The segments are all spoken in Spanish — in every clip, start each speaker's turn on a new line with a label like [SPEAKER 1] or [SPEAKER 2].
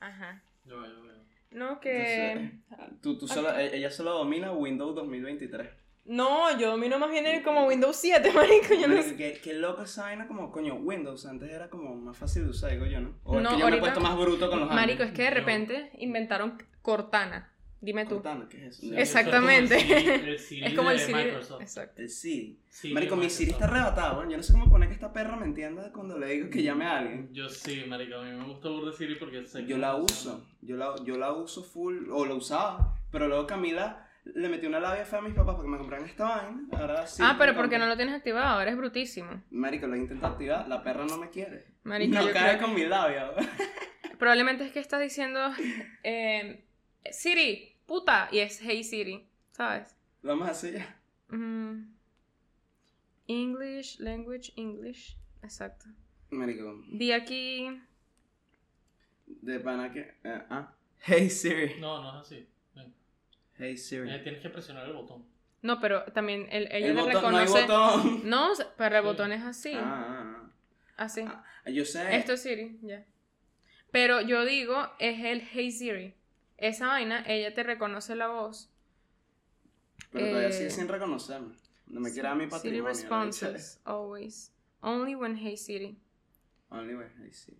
[SPEAKER 1] Ajá.
[SPEAKER 2] Yo veo, yo veo.
[SPEAKER 1] No, que.
[SPEAKER 3] Tú, tú solo, e- ella solo domina Windows 2023.
[SPEAKER 1] No, yo domino más bien el como Windows 7, marico. Yo no
[SPEAKER 3] Marico,
[SPEAKER 1] sé.
[SPEAKER 3] Qué, qué loca esa vaina, como coño, Windows antes era como más fácil de usar, digo yo, ¿no? O es
[SPEAKER 1] No,
[SPEAKER 3] que yo me he
[SPEAKER 1] ahorita-
[SPEAKER 3] puesto más bruto con los años.
[SPEAKER 1] Marico, es que de
[SPEAKER 2] Yo-
[SPEAKER 1] repente inventaron Cortana. Dime tú.
[SPEAKER 3] Cortana, ¿qué es eso?
[SPEAKER 2] Yo-
[SPEAKER 1] Exactamente.
[SPEAKER 2] yo soy como el Siri- el Siri
[SPEAKER 1] Es como
[SPEAKER 2] de
[SPEAKER 1] el Siri.
[SPEAKER 2] Microsoft.
[SPEAKER 1] Exacto.
[SPEAKER 3] El Siri.
[SPEAKER 2] Siri
[SPEAKER 3] Marico,
[SPEAKER 2] de
[SPEAKER 3] mi Siri está
[SPEAKER 2] Microsoft.
[SPEAKER 3] arrebatado, bueno, yo no sé cómo poner que esta perra me entienda cuando le digo que llame a alguien.
[SPEAKER 2] Yo sí, marico, a mí me gusta burda Siri porque sé
[SPEAKER 3] Yo
[SPEAKER 2] que
[SPEAKER 3] la
[SPEAKER 2] funciona.
[SPEAKER 3] uso, yo la, yo la uso full, o la usaba, pero luego Camila le metió una labia fea a mis papás para que me compraran esta vaina, ahora sí.
[SPEAKER 1] ah,
[SPEAKER 3] me
[SPEAKER 1] pero
[SPEAKER 3] compro.
[SPEAKER 1] porque no lo tienes activado, eres brutísimo.
[SPEAKER 3] Marico, lo he intentado activar, la perra no me quiere.
[SPEAKER 1] Marico,
[SPEAKER 3] no
[SPEAKER 1] yo
[SPEAKER 3] cae
[SPEAKER 1] creo
[SPEAKER 3] con mi labia.
[SPEAKER 1] Probablemente es que estás diciendo eh, Siri, puta, y es Hey Siri, ¿sabes?
[SPEAKER 3] Vamos así ya.
[SPEAKER 1] Mm. English, language, English. Exacto.
[SPEAKER 3] Marico,
[SPEAKER 1] Di aquí.
[SPEAKER 3] de pana que... eh, ah. Hey Siri.
[SPEAKER 2] No, no es así. Ven.
[SPEAKER 3] Hey
[SPEAKER 2] Eh,
[SPEAKER 3] Siri.
[SPEAKER 2] tienes que presionar el botón.
[SPEAKER 1] No, pero también el, ella
[SPEAKER 3] El
[SPEAKER 1] le
[SPEAKER 3] botón, no hay
[SPEAKER 1] reconoce.
[SPEAKER 3] botón.
[SPEAKER 1] No, pero el
[SPEAKER 2] Sí.
[SPEAKER 1] botón es así.
[SPEAKER 3] Ah, ah,
[SPEAKER 1] así.
[SPEAKER 3] ah. Yo sé.
[SPEAKER 1] Esto es Siri, ya. Pero yo digo, es el Hey Siri. Esa vaina, ella te reconoce la voz.
[SPEAKER 3] Pero todavía
[SPEAKER 1] eh,
[SPEAKER 3] sigue sin reconocerme. No me
[SPEAKER 1] Sí,
[SPEAKER 3] quiera mi
[SPEAKER 1] Siri
[SPEAKER 3] patrimonio. ¿viste?
[SPEAKER 1] responses, always. Only when Hey Siri.
[SPEAKER 3] Only way, Hey Siri.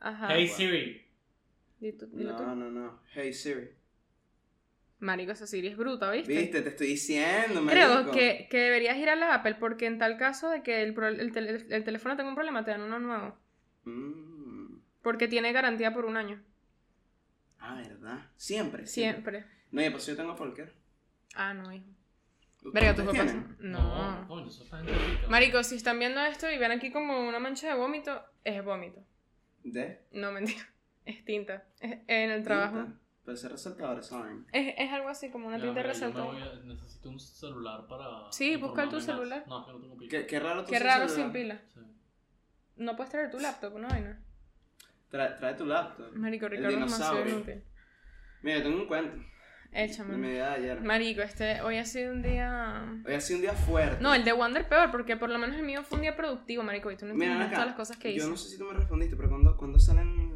[SPEAKER 1] Ajá.
[SPEAKER 2] hey
[SPEAKER 3] wow.
[SPEAKER 2] Siri.
[SPEAKER 1] Di tú- dilo tú.
[SPEAKER 3] No, no, no. Hey Siri.
[SPEAKER 1] Marico, esa Siri es bruta, ¿viste?
[SPEAKER 3] Viste, te estoy diciendo,
[SPEAKER 1] Este Creo
[SPEAKER 3] marico.
[SPEAKER 1] que, que deberías ir a la Apple porque en tal caso de que el, pro- el tele- el teléfono tenga un problema, te dan uno nuevo.
[SPEAKER 3] Mm.
[SPEAKER 1] Porque tiene garantía por un año.
[SPEAKER 3] Ah, ¿verdad? Siempre.
[SPEAKER 1] Siempre.
[SPEAKER 3] No, y pues yo tengo cualquier.
[SPEAKER 1] Ah, no, hijo. Verga, tus papás. No.
[SPEAKER 2] coño, eso está gente rica.
[SPEAKER 1] Marico, si están viendo esto y ven aquí como una mancha de vómito, es vómito.
[SPEAKER 3] ¿De?
[SPEAKER 1] No, mentira. Es tinta. Es- en el trabajo.
[SPEAKER 3] tinta. Puede ser resaltador, ¿saben?
[SPEAKER 1] Es, es algo así como una
[SPEAKER 2] Ya,
[SPEAKER 1] tinta
[SPEAKER 2] mira, yo me voy
[SPEAKER 1] resaltada.
[SPEAKER 2] a- necesito un celular para.
[SPEAKER 1] Sí, busca
[SPEAKER 2] informarme
[SPEAKER 1] tu
[SPEAKER 2] más.
[SPEAKER 1] celular.
[SPEAKER 2] No, es que no tengo pila.
[SPEAKER 3] Qué, qué raro tú
[SPEAKER 1] Qué
[SPEAKER 3] usas
[SPEAKER 1] raro
[SPEAKER 3] celular.
[SPEAKER 1] sin pila.
[SPEAKER 2] Sí.
[SPEAKER 1] No puedes traer tu laptop, ¿no? vaina.
[SPEAKER 3] Trae, trae tu laptop.
[SPEAKER 1] Marico,
[SPEAKER 3] El
[SPEAKER 1] Ricardo es demasiado
[SPEAKER 3] dinosaurio.
[SPEAKER 1] inútil.
[SPEAKER 3] Mira, yo tengo un cuento.
[SPEAKER 1] Échame.
[SPEAKER 3] De mi día de ayer.
[SPEAKER 1] Marico, este hoy ha sido un día.
[SPEAKER 3] Hoy ha sido un día fuerte.
[SPEAKER 1] No, el de Wander peor, porque por lo menos el mío fue un día productivo, marico. Y tú no
[SPEAKER 3] Mira,
[SPEAKER 1] entiendes
[SPEAKER 3] acá.
[SPEAKER 1] todas las cosas que hice.
[SPEAKER 3] Yo no sé si tú me respondiste, pero cuando, cuando salen.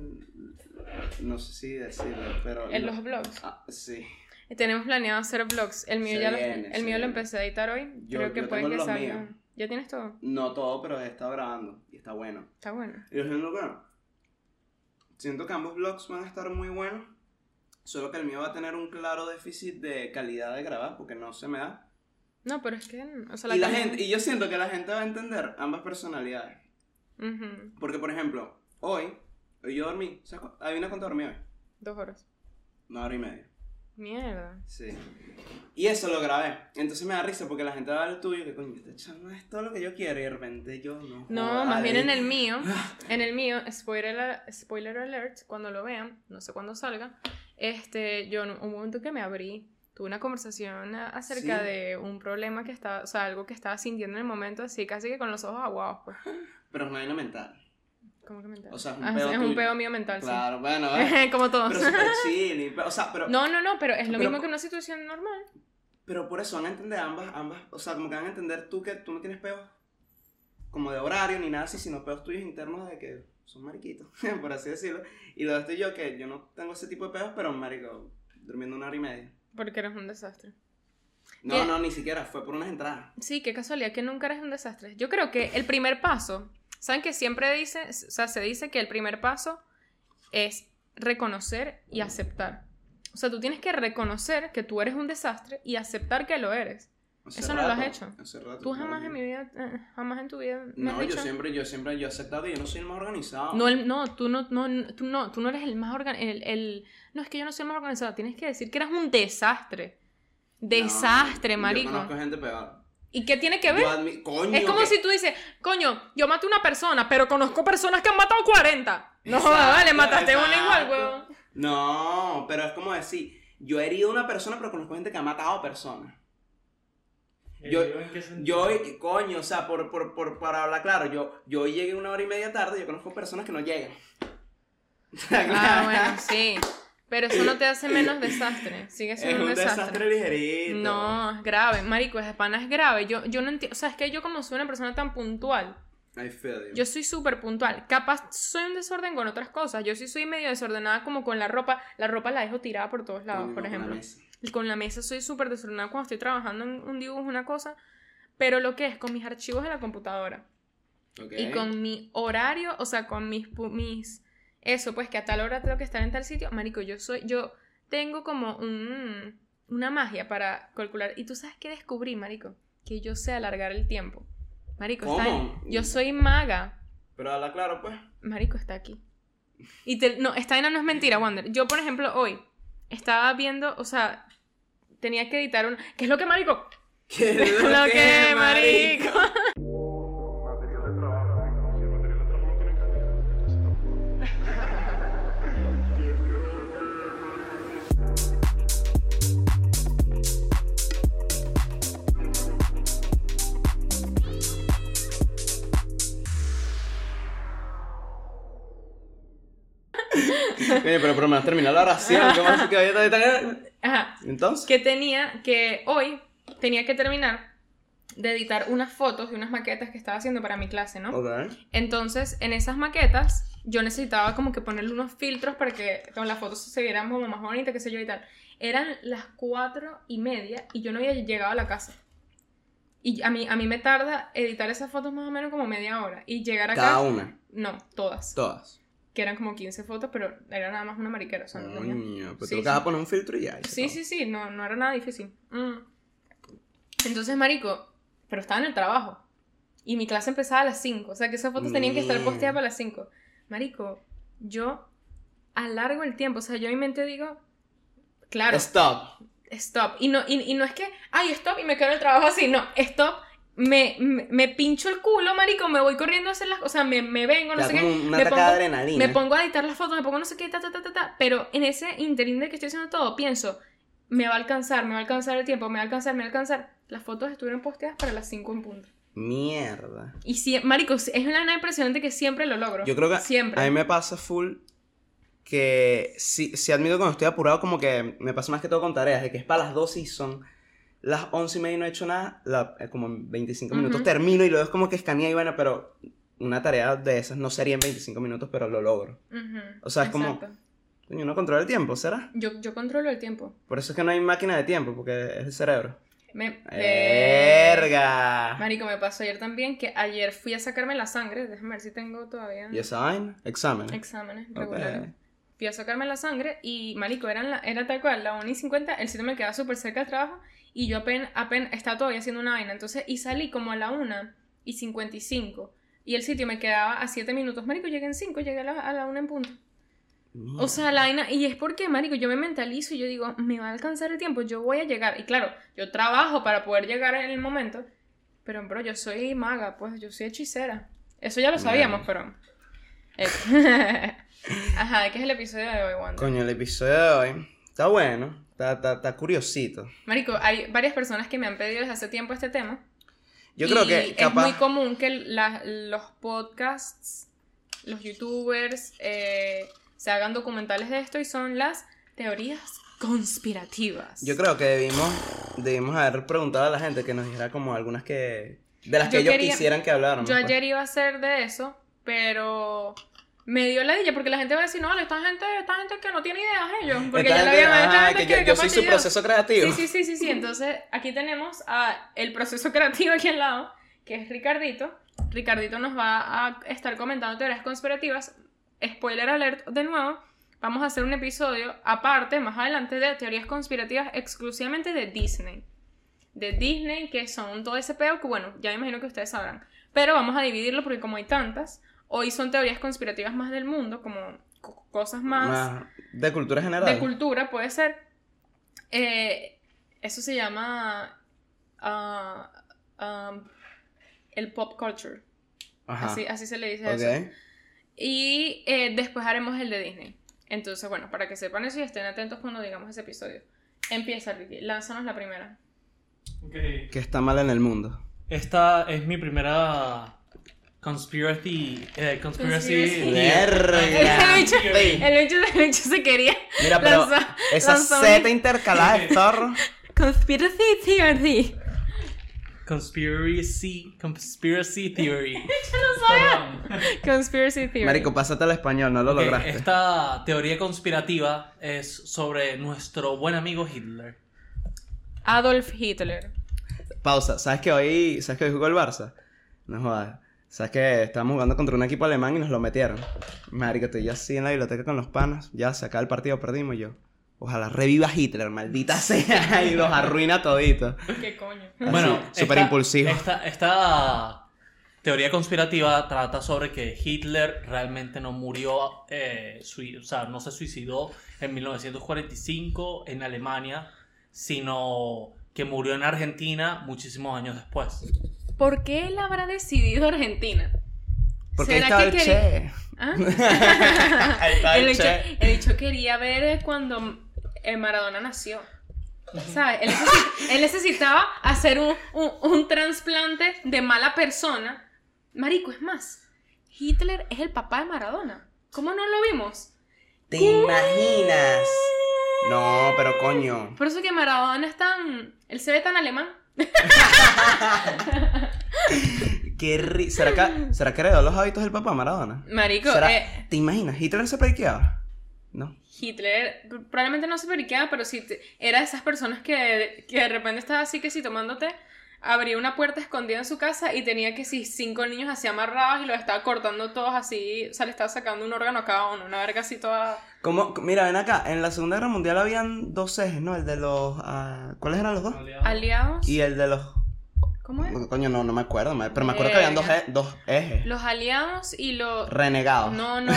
[SPEAKER 3] No sé si decirlo, pero.
[SPEAKER 1] En los vlogs.
[SPEAKER 3] Ah, sí.
[SPEAKER 1] Tenemos planeado hacer vlogs. El mío
[SPEAKER 3] Se
[SPEAKER 1] ya lo-
[SPEAKER 3] viene,
[SPEAKER 1] el
[SPEAKER 3] se
[SPEAKER 1] mío lo
[SPEAKER 3] viene.
[SPEAKER 1] empecé a editar hoy.
[SPEAKER 3] Yo-
[SPEAKER 1] Creo que
[SPEAKER 3] yo
[SPEAKER 1] pueden
[SPEAKER 3] tengo
[SPEAKER 1] que
[SPEAKER 3] los
[SPEAKER 1] salga.
[SPEAKER 3] míos.
[SPEAKER 1] ¿Ya tienes todo?
[SPEAKER 3] No todo, pero he estado grabando y está bueno.
[SPEAKER 1] Está bueno.
[SPEAKER 3] Y yo siento que. Siento que ambos vlogs van a estar muy buenos. Solo que el mío va a tener un claro déficit de calidad de grabar porque no se me da.
[SPEAKER 1] No, pero es que. O sea,
[SPEAKER 3] Y, la
[SPEAKER 1] cámara-
[SPEAKER 3] gente, y yo siento que la gente va a entender ambas personalidades.
[SPEAKER 1] Ujú,
[SPEAKER 3] Porque, por ejemplo, hoy, hoy yo dormí. ¿Sabes cu- adivina cuánto dormí hoy?
[SPEAKER 1] Dos horas.
[SPEAKER 3] Una hora y media.
[SPEAKER 1] Mierda.
[SPEAKER 3] Sí. Y eso lo grabé. Entonces me da risa porque la gente va a ver el tuyo que coño, esta chama es todo lo que yo quiero y de repente yo no.
[SPEAKER 1] No,
[SPEAKER 3] joda,
[SPEAKER 1] más bien
[SPEAKER 3] eh.
[SPEAKER 1] en el mío. En el mío, spoiler, al- spoiler alert, cuando lo vean, no sé cuándo salga, este, yo en un momento que me abrí, tuve una conversación a- acerca
[SPEAKER 3] Sí.
[SPEAKER 1] de un problema que estaba, o sea, algo que estaba sintiendo en el momento, así casi que con los ojos aguados, pues.
[SPEAKER 3] Pero es una vaina mental.
[SPEAKER 1] ¿Cómo que mental?
[SPEAKER 3] O sea, es un
[SPEAKER 1] Ah,
[SPEAKER 3] pedo
[SPEAKER 1] es un
[SPEAKER 3] tuyo.
[SPEAKER 1] pedo mío mental,
[SPEAKER 3] Claro, bueno, eh.
[SPEAKER 1] sí. Como todos.
[SPEAKER 3] Pero super chill. y- pero, o sea, pero,
[SPEAKER 1] No, no, no, pero es lo
[SPEAKER 3] Pero-
[SPEAKER 1] mismo que una situación normal.
[SPEAKER 3] pero por eso van a entender ambas, ambas. O sea, como que van a entender tú que tú no tienes peos como de horario ni nada así, sino peos tuyos internos de que son mariquitos, por así decirlo. Y lo de estoy yo que yo no tengo ese tipo de peos, pero marico, durmiendo una hora y media.
[SPEAKER 1] Porque eres un desastre.
[SPEAKER 3] No,
[SPEAKER 1] Mira.
[SPEAKER 3] no, ni siquiera, fue por unas entradas.
[SPEAKER 1] Sí, qué casualidad que nunca eres un desastre. Yo creo que el primer paso, ¿saben que siempre dice, o sea, se dice que el primer paso es reconocer y aceptar? O sea, tú tienes que reconocer que tú eres un desastre y aceptar que lo eres.
[SPEAKER 3] Hace
[SPEAKER 1] Eso no lo has
[SPEAKER 3] rato,
[SPEAKER 1] hecho.
[SPEAKER 3] hace rato,
[SPEAKER 1] Tú
[SPEAKER 3] claro
[SPEAKER 1] jamás
[SPEAKER 3] que-
[SPEAKER 1] en mi vida, eh, jamás en tu vida me has
[SPEAKER 3] No, yo
[SPEAKER 1] dicho-
[SPEAKER 3] siempre, yo siempre, yo he aceptado que yo no soy el más organizado.
[SPEAKER 1] No, el- no, tú no, no, no, tú no, tú no eres el más organizado. El, el- no, es que yo no soy el más organizado. Tienes que decir que eras un desastre. Desastre,
[SPEAKER 3] No,
[SPEAKER 1] marico.
[SPEAKER 3] Yo conozco gente peor.
[SPEAKER 1] ¿Y qué tiene que
[SPEAKER 3] Yo
[SPEAKER 1] ver?
[SPEAKER 3] admi- coño,
[SPEAKER 1] Es como
[SPEAKER 3] que-
[SPEAKER 1] si tú dices, coño, yo maté una persona, pero conozco personas que han matado 40. No,
[SPEAKER 3] Exacto,
[SPEAKER 1] vale, mataste una igual,
[SPEAKER 3] exacto.
[SPEAKER 1] huevón.
[SPEAKER 3] No, pero es como decir, yo he herido a una persona, pero conozco gente que ha matado personas. Yo-
[SPEAKER 2] Eh, ¿en qué sentido?
[SPEAKER 3] Yo, eh, coño, o sea, por, por, por, para hablar claro, yo, yo llegué una hora y media tarde, yo conozco personas que no llegan.
[SPEAKER 1] Ah, bueno, sí. Pero eso no te hace menos desastre. Sigue
[SPEAKER 3] es
[SPEAKER 1] siendo
[SPEAKER 3] un desastre, ligerito.
[SPEAKER 1] No, es grave, marico, esa pana es grave. Yo, yo no entiendo, o sea, es que yo como soy una persona tan puntual,
[SPEAKER 3] I feel you.
[SPEAKER 1] Yo soy súper puntual. Capaz soy un desorden con otras cosas. Yo sí soy medio desordenada como con la ropa. La ropa la dejo tirada por todos
[SPEAKER 3] Lo
[SPEAKER 1] lados,
[SPEAKER 3] mismo
[SPEAKER 1] por
[SPEAKER 3] con la
[SPEAKER 1] ejemplo.
[SPEAKER 3] mesa.
[SPEAKER 1] Y con la mesa soy súper desordenada cuando estoy trabajando en un dibujo, una cosa. Pero lo que es con mis archivos de la computadora
[SPEAKER 3] Ok.
[SPEAKER 1] y con mi horario, o sea, con mis, pu- mis... Eso, pues que a tal hora tengo que estar en tal sitio. Marico, yo soy... Yo tengo como un, una magia para calcular. Y tú sabes qué descubrí, Marico. Que yo sé alargar el tiempo. Marico, está en-
[SPEAKER 3] ¿Cómo?
[SPEAKER 1] yo soy maga.
[SPEAKER 3] Pero habla claro, pues.
[SPEAKER 1] Marico está aquí. Y te- no, esta vaina no es mentira, Wander. Yo, por ejemplo, hoy estaba viendo, o sea, tenía que editar un. ¿Qué es lo que, Marico?
[SPEAKER 3] ¿Qué
[SPEAKER 1] Lo que, Marico.
[SPEAKER 4] material de trabajo. Si el material de trabajo no tiene calidad, entonces tampoco.
[SPEAKER 3] Oye, pero por lo menos terminar la oración. ¿Cómo así que ahorita- ahorita-
[SPEAKER 1] Ajá.
[SPEAKER 3] Entonces.
[SPEAKER 1] Que tenía que hoy tenía que terminar de editar unas fotos de unas maquetas que estaba haciendo para mi clase, ¿no?
[SPEAKER 3] Ok.
[SPEAKER 1] Entonces, en esas maquetas, yo necesitaba como que ponerle unos filtros para que con las fotos se vieran como más bonitas, qué sé yo y tal. Eran las cuatro y media y yo no había llegado a la casa. Y a mí, a mí me tarda editar esas fotos más o menos como media hora. Y llegar acá...
[SPEAKER 3] Cada una.
[SPEAKER 1] No, todas.
[SPEAKER 3] Todas.
[SPEAKER 1] que eran como 15 fotos, pero era nada más una mariquera. O sea, no tenía-
[SPEAKER 3] Coño, pues
[SPEAKER 1] Sí,
[SPEAKER 3] tú acabas
[SPEAKER 1] sí.
[SPEAKER 3] de poner un filtro y ya. y se
[SPEAKER 1] Sí,
[SPEAKER 3] acabó.
[SPEAKER 1] sí, sí, no, no era nada difícil. Mm. Entonces, marico, pero estaba en el trabajo. Y mi clase empezaba a las 5. O sea, que esas fotos tenían que estar
[SPEAKER 3] Mm.
[SPEAKER 1] posteadas para las 5. Marico, yo alargo el tiempo. O sea, yo en mi mente digo, claro,
[SPEAKER 3] Stop.
[SPEAKER 1] stop. Y no, y, y no es que, ay, stop y me quedo en el trabajo así. No, stop. Me, me, me pincho el culo, marico, me voy corriendo a hacer las cosas, o sea, me, me vengo,
[SPEAKER 3] Te
[SPEAKER 1] no
[SPEAKER 3] da
[SPEAKER 1] sé
[SPEAKER 3] como
[SPEAKER 1] qué.
[SPEAKER 3] un
[SPEAKER 1] me
[SPEAKER 3] ataque de
[SPEAKER 1] pongo-
[SPEAKER 3] adrenalina.
[SPEAKER 1] me pongo a editar las fotos, me pongo no sé qué, ta, ta, ta, ta, ta, pero en ese interín de que estoy haciendo todo, pienso, me va a alcanzar, me va a alcanzar el tiempo, me va a alcanzar, me va a alcanzar. Las fotos estuvieron posteadas para las 5 en punto.
[SPEAKER 3] Mierda.
[SPEAKER 1] Y si, marico, es una vaina impresionante que siempre lo logro.
[SPEAKER 3] Yo creo que
[SPEAKER 1] Siempre.
[SPEAKER 3] a mí me pasa full que si, si admito cuando estoy apurado, como que me pasa más que todo con tareas, de que es para las 12 y son las 11 y media y no he hecho nada, la- eh, como en 25 minutos
[SPEAKER 1] Ujú.
[SPEAKER 3] termino y luego es como que escanea y bueno, pero una tarea de esas no sería en 25 minutos, pero lo logro.
[SPEAKER 1] Ujú,
[SPEAKER 3] o sea, es como-
[SPEAKER 1] exacto.
[SPEAKER 3] Coño, no controla el tiempo, ¿será?
[SPEAKER 1] Yo, yo controlo el tiempo.
[SPEAKER 3] Por eso es que no hay máquina de tiempo, porque es el cerebro.
[SPEAKER 1] Me...
[SPEAKER 3] ¡Verga!
[SPEAKER 1] Marico, me pasó ayer también que ayer fui a sacarme la sangre, déjame ver si tengo todavía
[SPEAKER 3] ¿Y esa vaina? Exámenes.
[SPEAKER 1] exámenes
[SPEAKER 3] Ok.
[SPEAKER 1] regulares. fui a sacarme la sangre y, marico, eran la- era tal cual, la 1 y 50, el sitio me quedaba súper cerca del trabajo y yo apenas, apenas estaba todavía haciendo una vaina. Entonces, y salí como a la 1 y 55 y el sitio me quedaba a 7 minutos. Marico, llegué en 5, llegué a la, a la 1 en punto. O sea, la vaina, y es porque, marico, yo me mentalizo y yo digo, me va a alcanzar el tiempo, yo voy a llegar. Y claro, yo trabajo para poder llegar en el momento, pero, bro, yo soy maga, pues, yo soy hechicera. Eso ya lo sabíamos, pero... Eh. Ajá, ¿qué es el episodio de hoy, Wanda?
[SPEAKER 3] Coño, el episodio de hoy está bueno, está, está, está curiosito.
[SPEAKER 1] Marico, hay varias personas que me han pedido desde hace tiempo este tema.
[SPEAKER 3] Yo creo
[SPEAKER 1] y
[SPEAKER 3] que capaz...
[SPEAKER 1] Es muy común que la- los podcasts, los youtubers, eh, se hagan documentales de esto y son las teorías conspirativas.
[SPEAKER 3] Yo creo que debimos, debimos haber preguntado a la gente que nos dijera como algunas que... De las que
[SPEAKER 1] Yo
[SPEAKER 3] ellos
[SPEAKER 1] quería-
[SPEAKER 3] quisieran que habláramos.
[SPEAKER 1] Yo
[SPEAKER 3] pues.
[SPEAKER 1] ayer iba a hacer de eso, pero me dio la porque la gente va a decir, no, esta gente, esta gente que no tiene ideas ellos. Porque
[SPEAKER 3] Esta
[SPEAKER 1] ya la
[SPEAKER 3] gente-
[SPEAKER 1] había esta
[SPEAKER 3] ajá,
[SPEAKER 1] gente
[SPEAKER 3] que yo,
[SPEAKER 1] que-
[SPEAKER 3] yo
[SPEAKER 1] que
[SPEAKER 3] soy su
[SPEAKER 1] fastidio".
[SPEAKER 3] proceso
[SPEAKER 1] Sí,
[SPEAKER 3] creativo.
[SPEAKER 1] sí, sí, sí, sí. Entonces, aquí tenemos a el proceso creativo aquí al lado, que es Ricardito. Ricardito nos va a estar comentando teorías conspirativas. Spoiler alert de nuevo. Vamos a hacer un episodio aparte, más adelante, de teorías conspirativas exclusivamente de Disney. De Disney, que son todo ese pedo que, bueno, ya me imagino que ustedes sabrán. Pero vamos a dividirlo porque como hay tantas, hoy son teorías conspirativas más del mundo, como co- cosas más
[SPEAKER 3] Más de cultura general.
[SPEAKER 1] de cultura puede ser Eh, eso se llama ah, um, el pop culture
[SPEAKER 3] Ajá.
[SPEAKER 1] así, así se le dice a eso
[SPEAKER 3] Ok.
[SPEAKER 1] y eh, después haremos el de Disney entonces bueno para que sepan eso y estén atentos cuando digamos ese episodio empieza Ricky lánzanos la primera
[SPEAKER 2] Ok.
[SPEAKER 3] Que está mal en el mundo.
[SPEAKER 2] Esta es mi primera conspiracy, eh, conspiracy,
[SPEAKER 1] Conspiracy.
[SPEAKER 3] Verga.
[SPEAKER 1] El bicho,
[SPEAKER 3] Sí.
[SPEAKER 1] el bicho, el bicho se quería
[SPEAKER 3] Mira, Ah, pero
[SPEAKER 1] lanzar-
[SPEAKER 3] esa
[SPEAKER 1] lanzó
[SPEAKER 3] seta
[SPEAKER 1] un-
[SPEAKER 3] intercalada de zorro.
[SPEAKER 1] conspiracy theory
[SPEAKER 5] Conspiracy, conspiracy theory.
[SPEAKER 6] Perdón.
[SPEAKER 1] Conspiracy theory.
[SPEAKER 3] Marico, pásate al español, no lo
[SPEAKER 5] Que
[SPEAKER 3] lograste.
[SPEAKER 5] Esta teoría conspirativa es sobre nuestro buen amigo Hitler.
[SPEAKER 1] Adolf Hitler.
[SPEAKER 3] Pausa. ¿Sabes que hoy, sabes que hoy jugó el Barça? No jodas. ¿Sabes que estábamos jugando contra un equipo alemán y nos lo metieron? Marico, estoy yo así en la biblioteca con los panas. Ya se acaba el partido, perdimos y yo. Ojalá reviva Hitler, maldita sea, y los arruina todito.
[SPEAKER 1] ¿Qué coño?
[SPEAKER 3] Así,
[SPEAKER 5] Bueno,
[SPEAKER 3] súper
[SPEAKER 5] esta-
[SPEAKER 3] impulsivo.
[SPEAKER 5] Esta, esta teoría conspirativa trata sobre que Hitler realmente no murió, eh, sui- o sea, no se suicidó en 1945 en Alemania, sino que murió en Argentina muchísimos años después.
[SPEAKER 1] ¿Por qué él habrá decidido Argentina?
[SPEAKER 3] Porque ahí
[SPEAKER 1] ¿Será
[SPEAKER 3] estaba el
[SPEAKER 1] que quería-
[SPEAKER 3] Che.
[SPEAKER 1] ¿Ah?
[SPEAKER 3] Ahí estaba
[SPEAKER 1] el,
[SPEAKER 3] el
[SPEAKER 1] dicho,
[SPEAKER 3] Che.
[SPEAKER 1] el dicho quería ver cuando eh, Maradona nació. ¿Sabes? Él, necesi- él necesitaba hacer un, un, un trasplante de mala persona. Marico, es más, Hitler es el papá de Maradona. ¿Cómo no lo vimos?
[SPEAKER 3] ¿Te imaginas? No, pero coño.
[SPEAKER 1] Por eso que Maradona es tan... Él se ve tan alemán.
[SPEAKER 3] Qué ri- ¿Será que, ¿Será que heredó los hábitos del papá Maradona?
[SPEAKER 1] Marico,
[SPEAKER 3] ¿Será-
[SPEAKER 1] eh,
[SPEAKER 3] ¿Te imaginas? ¿Hitler se prediqueaba? No.
[SPEAKER 1] Hitler pr- probablemente no se periqueaba, pero sí te- era de esas personas que, que de repente estaba así que si tomándote, abría una puerta escondida en su casa y tenía que si cinco niños así amarrados y los estaba cortando todos así, o sea, le estaba sacando un órgano a cada uno, una verga así toda...
[SPEAKER 3] Como, mira, ven acá, en la Segunda Guerra Mundial habían dos ejes, ¿no? El de los... ah, ¿Cuáles eran los dos?
[SPEAKER 1] ¿Aliados?
[SPEAKER 3] Y el de los...
[SPEAKER 1] ¿Cómo es?
[SPEAKER 3] Coño, no, no me acuerdo, ma- pero me acuerdo que
[SPEAKER 1] Eh,
[SPEAKER 3] habían dos,
[SPEAKER 1] Verga.
[SPEAKER 3] e- dos ejes.
[SPEAKER 1] Los aliados y los...
[SPEAKER 3] Renegados.
[SPEAKER 1] No, no.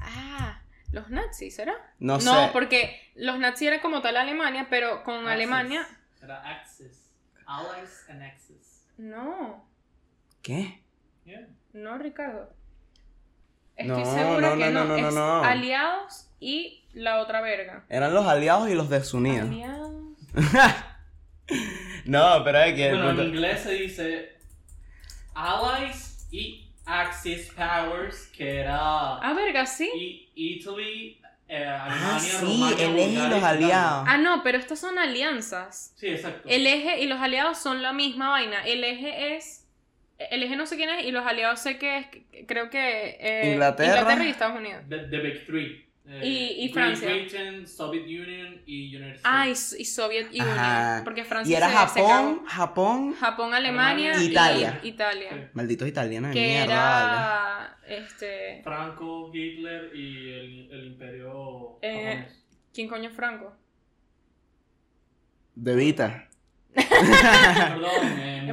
[SPEAKER 1] Ah, los nazis, ¿será?
[SPEAKER 3] no sé.
[SPEAKER 1] No, porque los nazis era como tal Alemania, pero con Alemania...
[SPEAKER 6] Era Axis. Allies and Axis.
[SPEAKER 1] No.
[SPEAKER 3] ¿Qué?
[SPEAKER 5] Yeah.
[SPEAKER 1] No, Ricardo.
[SPEAKER 3] No,
[SPEAKER 1] Estoy segura
[SPEAKER 3] no,
[SPEAKER 1] que no.
[SPEAKER 3] no, no, no,
[SPEAKER 1] Es
[SPEAKER 3] no.
[SPEAKER 1] aliados y la otra verga.
[SPEAKER 3] Eran los aliados y los desunidos.
[SPEAKER 1] Aliados.
[SPEAKER 3] no, pero es que... el
[SPEAKER 6] Bueno, en
[SPEAKER 3] punto-
[SPEAKER 6] inglés se dice Allies y Axis Powers, que era
[SPEAKER 1] Ah, verga, sí.
[SPEAKER 6] I- Italy, eh, Alemania,
[SPEAKER 3] Ah, sí,
[SPEAKER 6] Rumania,
[SPEAKER 3] el eje y
[SPEAKER 6] Bulgaria,
[SPEAKER 3] los
[SPEAKER 6] Finlandia.
[SPEAKER 3] aliados.
[SPEAKER 1] Ah, no, pero estas son alianzas.
[SPEAKER 6] Sí, exacto.
[SPEAKER 1] El eje y los aliados son la misma vaina. El eje es. El eje no sé quién es y los aliados sé que es. Creo que. eh,
[SPEAKER 3] Inglaterra.
[SPEAKER 1] y Estados Unidos.
[SPEAKER 6] The, the Big Three. Eh,
[SPEAKER 1] Y- y
[SPEAKER 6] Great
[SPEAKER 1] Francia.
[SPEAKER 6] Britain, Soviet Union y United States.
[SPEAKER 1] Ah, y, y Soviet Union.
[SPEAKER 3] Ajá.
[SPEAKER 1] Porque Francia
[SPEAKER 3] Y era
[SPEAKER 1] se- se
[SPEAKER 3] Japón,
[SPEAKER 1] cagó.
[SPEAKER 3] Japón...
[SPEAKER 1] Japón, Alemania.
[SPEAKER 6] Alemania.
[SPEAKER 1] y-
[SPEAKER 3] Italia.
[SPEAKER 1] Italia.
[SPEAKER 3] Malditos italianos de
[SPEAKER 1] Que
[SPEAKER 3] mierda, vale.
[SPEAKER 1] era. Este.
[SPEAKER 6] Franco, Hitler y el, el imperio
[SPEAKER 1] Eh,
[SPEAKER 6] japonés.
[SPEAKER 1] ¿Quién coño es Franco?
[SPEAKER 3] De Vita.
[SPEAKER 6] Perdón, eh, Mussolini.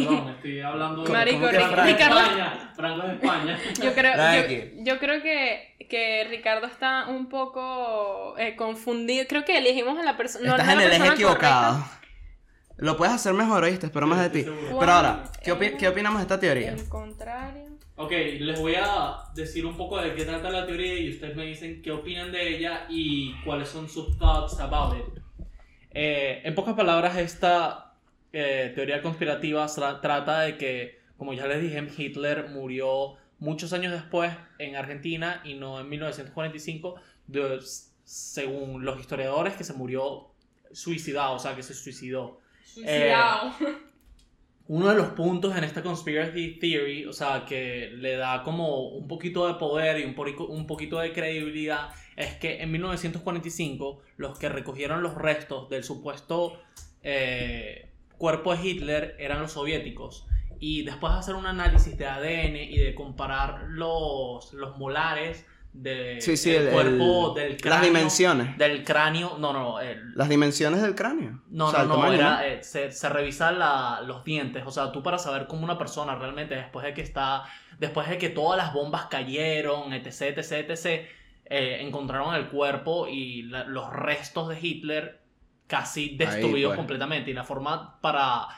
[SPEAKER 1] Mussolini.
[SPEAKER 6] Perdón, estoy hablando de
[SPEAKER 1] Marico,
[SPEAKER 6] ¿Cómo que
[SPEAKER 1] Ric-
[SPEAKER 6] Franco de
[SPEAKER 1] Ricardo.
[SPEAKER 6] España. Franco de España.
[SPEAKER 1] Yo creo,
[SPEAKER 3] Nada
[SPEAKER 1] yo,
[SPEAKER 3] que-
[SPEAKER 1] yo creo que, que Ricardo está un poco eh, confundido. Creo que elegimos a la perso- no, no a la
[SPEAKER 3] Estás en
[SPEAKER 1] persona.
[SPEAKER 3] el eje
[SPEAKER 1] correcta.
[SPEAKER 3] equivocado. Lo puedes hacer mejor, ¿oíste? Espero más de ti.
[SPEAKER 6] Estoy seguro.
[SPEAKER 3] Pero ahora, ¿qué, opi-
[SPEAKER 1] Eh,
[SPEAKER 3] qué opinamos de esta teoría?
[SPEAKER 1] El contrario.
[SPEAKER 6] Ok, les voy a decir un poco de qué trata la teoría y ustedes me dicen qué opinan de ella y cuáles son sus thoughts about it.
[SPEAKER 5] Eh, en pocas palabras, esta eh, teoría conspirativa tra- trata de que, como ya les dije, Hitler murió muchos años después en Argentina y no en 1945, de- s- según los historiadores, que se murió suicidado, o sea, que se suicidó.
[SPEAKER 1] Suicidado.
[SPEAKER 5] Uno de los puntos en esta conspiracy theory, o sea, que le da como un poquito de poder y un, porico- un poquito de credibilidad, es que en 1945 los que recogieron los restos del supuesto eh, cuerpo de Hitler eran los soviéticos. Y después de hacer un análisis de ADN y de comparar los, los molares del
[SPEAKER 3] Sí, sí, el-
[SPEAKER 5] cuerpo,
[SPEAKER 3] el-
[SPEAKER 5] del
[SPEAKER 3] las
[SPEAKER 5] cráneo,
[SPEAKER 3] dimensiones.
[SPEAKER 5] del cráneo, no, no, el,
[SPEAKER 3] Las dimensiones del cráneo.
[SPEAKER 5] no,
[SPEAKER 3] O sea, el
[SPEAKER 5] no, no,
[SPEAKER 3] tamaño,
[SPEAKER 5] era, eh, se, se revisan la- los dientes. O sea, tú para saber cómo una persona realmente, después de que está, después de que todas las bombas cayeron, etc, etc, etc, eh, encontraron el cuerpo y la- los restos de Hitler casi destruidos
[SPEAKER 3] pues.
[SPEAKER 5] completamente. Y la forma para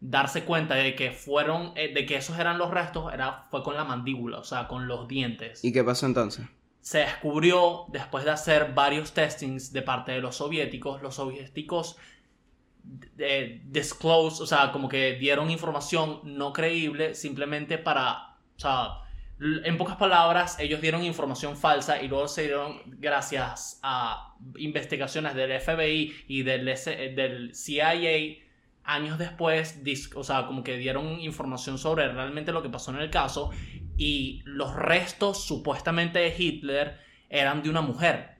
[SPEAKER 5] darse cuenta de que fueron, eh, de que esos eran los restos, era, fue con la mandíbula, o sea, con los dientes
[SPEAKER 3] ¿Y qué pasó entonces?
[SPEAKER 5] se descubrió después de hacer varios testings de parte de los soviéticos, los soviéticos eh, disclosed, o sea, como que dieron información no creíble simplemente para, o sea, l- en pocas palabras, ellos dieron información falsa y luego se dieron gracias a investigaciones del FBI y del, S- eh, del CIA años después, dis- o sea, como que dieron información sobre realmente lo que pasó en el caso y los restos supuestamente de Hitler eran de una mujer.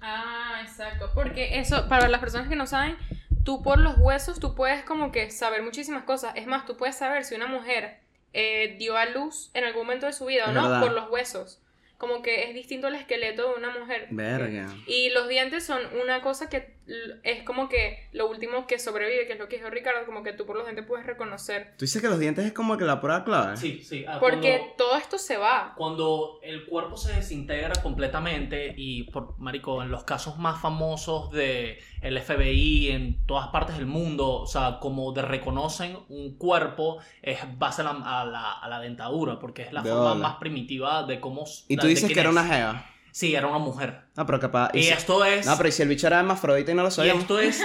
[SPEAKER 1] Ah, exacto. Porque eso, para las personas que no saben, tú por los huesos, tú puedes como que saber muchísimas cosas. Es más, tú puedes saber si una mujer eh, dio a luz en algún momento de su vida o
[SPEAKER 3] Es
[SPEAKER 1] no
[SPEAKER 3] verdad.
[SPEAKER 1] por los huesos. Como que es distinto el esqueleto de una mujer.
[SPEAKER 3] Verga.
[SPEAKER 5] eh,
[SPEAKER 1] Y los dientes son una cosa que l- es como que lo último que sobrevive, que es lo que dijo Ricardo, como que tú por los dientes puedes reconocer.
[SPEAKER 3] Tú dices que los dientes es como que la prueba clave.
[SPEAKER 5] Sí, sí. ah,
[SPEAKER 1] Porque
[SPEAKER 5] cuando-
[SPEAKER 1] todo esto se va.
[SPEAKER 5] Cuando el cuerpo se desintegra completamente y, por, marico, en los casos más famosos de el FBI en todas partes del mundo, o sea, como de reconocen un cuerpo es base a la, a la, a la dentadura, porque es la
[SPEAKER 3] De
[SPEAKER 5] forma
[SPEAKER 3] bola.
[SPEAKER 5] más primitiva de cómo... s-
[SPEAKER 3] Y
[SPEAKER 5] la-
[SPEAKER 3] tú
[SPEAKER 5] de
[SPEAKER 3] dices
[SPEAKER 5] quién
[SPEAKER 3] que era
[SPEAKER 5] es.
[SPEAKER 3] una jeva.
[SPEAKER 5] Sí, era una mujer.
[SPEAKER 3] No, pero capaz. y
[SPEAKER 5] Y
[SPEAKER 3] si-
[SPEAKER 5] esto es...
[SPEAKER 3] No, pero ¿y si el bicho era hermafrodita y no lo
[SPEAKER 5] y
[SPEAKER 3] sabíamos.
[SPEAKER 5] esto es...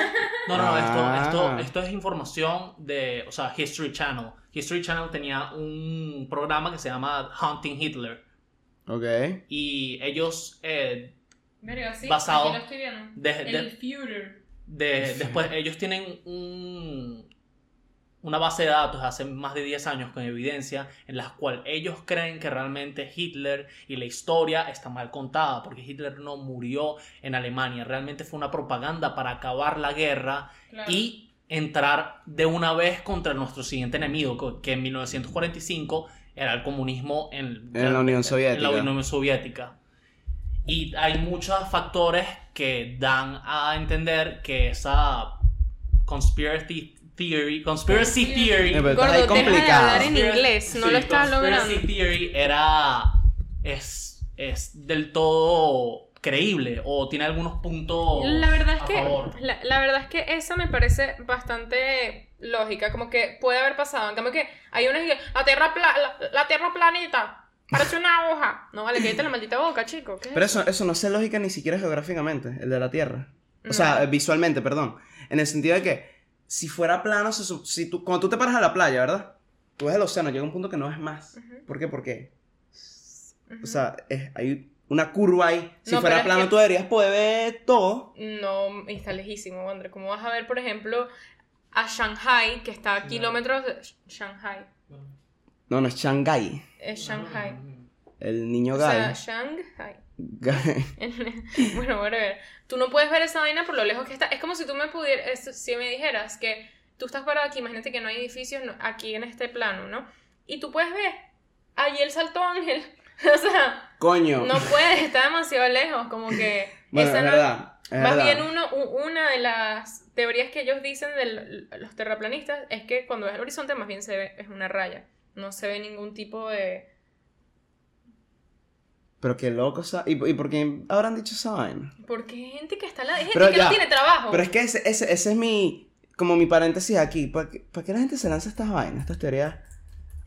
[SPEAKER 5] No, no, no,
[SPEAKER 3] Ah.
[SPEAKER 5] esto, esto, esto es información de, o sea, History Channel. History Channel tenía un programa que se llama Hunting Hitler.
[SPEAKER 3] Ok.
[SPEAKER 5] Y ellos, eh,
[SPEAKER 1] sí,
[SPEAKER 5] Basado aquí lo
[SPEAKER 1] estoy viendo.
[SPEAKER 5] de- de-
[SPEAKER 1] Führer.
[SPEAKER 5] de- después, ellos tienen un- una base de datos hace más de 10 años con evidencia en la cual ellos creen que realmente Hitler y la historia está mal contada, porque Hitler no murió en Alemania, realmente fue una propaganda para acabar la guerra y entrar de una vez contra nuestro siguiente enemigo, co- que en 1945 era el comunismo en,
[SPEAKER 3] En la Unión
[SPEAKER 5] en la
[SPEAKER 3] Soviética.
[SPEAKER 5] Unión Soviética. Y hay muchos factores que dan a entender que esa conspiracy theory, conspiracy
[SPEAKER 1] Conspiracy.
[SPEAKER 5] theory,
[SPEAKER 3] Eh, pero estás ahí
[SPEAKER 1] Gordo, deja de hablar en
[SPEAKER 3] complicado.
[SPEAKER 1] inglés, no
[SPEAKER 5] Sí,
[SPEAKER 1] lo estás
[SPEAKER 5] conspiracy
[SPEAKER 1] logrando.
[SPEAKER 5] theory era es, es del todo creíble o tiene algunos puntos
[SPEAKER 1] La verdad es
[SPEAKER 5] a favor.
[SPEAKER 1] que la, la verdad es que esa me parece bastante lógica, como que puede haber pasado. En cambio que hay unos que la tierra pla- la, la tierra planita parece una hoja. No vale, cállate la maldita boca, chico. ¿qué es
[SPEAKER 3] Pero
[SPEAKER 1] eso?
[SPEAKER 3] eso, eso no se lógica ni siquiera geográficamente, el de la Tierra. O
[SPEAKER 1] No.
[SPEAKER 3] sea, eh, visualmente, perdón. En el sentido de que si fuera plano, se su- si tú, cuando tú te paras a la playa, ¿verdad? Tú ves el océano, llega un punto que no ves más.
[SPEAKER 1] Ujú,
[SPEAKER 3] ¿Por qué? Porque,
[SPEAKER 1] ujú.
[SPEAKER 3] eh, o sea, es- hay una curva ahí. Si
[SPEAKER 1] No, pero
[SPEAKER 3] fuera
[SPEAKER 1] es
[SPEAKER 3] plano,
[SPEAKER 1] que-
[SPEAKER 3] tú deberías poder ver todo.
[SPEAKER 1] no y está lejísimo, André. ¿Cómo vas a ver, por ejemplo, a Shanghai que está a kilómetros de Sh- Shanghai?
[SPEAKER 3] No, no es Shanghai.
[SPEAKER 1] Es
[SPEAKER 5] Ah,
[SPEAKER 1] Shanghai.
[SPEAKER 3] El niño
[SPEAKER 1] O sea,
[SPEAKER 3] gay.
[SPEAKER 1] Shanghai.
[SPEAKER 3] Gay.
[SPEAKER 1] bueno, bueno, ver. Tú no puedes ver esa vaina por lo lejos que está. Es como si tú me pudieras, si me dijeras que tú estás parado aquí, imagínate que no hay edificios no- aquí en este plano, ¿no? Y tú puedes ver, allí el salto ángel. o sea,
[SPEAKER 3] Coño.
[SPEAKER 1] no puedes, está demasiado lejos, como que...
[SPEAKER 3] bueno,
[SPEAKER 1] esa
[SPEAKER 3] es
[SPEAKER 1] no-
[SPEAKER 3] verdad. Es
[SPEAKER 1] Más
[SPEAKER 3] verdad.
[SPEAKER 1] bien uno, u- una de las teorías que ellos dicen de lo- los terraplanistas es que cuando ves el horizonte más bien se ve, es una raya. No se ve ningún tipo de...
[SPEAKER 3] Pero qué loco, o sea, ¿y, y por qué habrán dicho esa vaina?
[SPEAKER 1] Porque hay gente que está la... Hay gente
[SPEAKER 3] Pero
[SPEAKER 1] que
[SPEAKER 3] ya,
[SPEAKER 1] no tiene trabajo.
[SPEAKER 3] Pero es que ese, ese, ese es mi, como mi paréntesis aquí. ¿Para qué, para qué la gente se lanza estas vainas, estas teorías?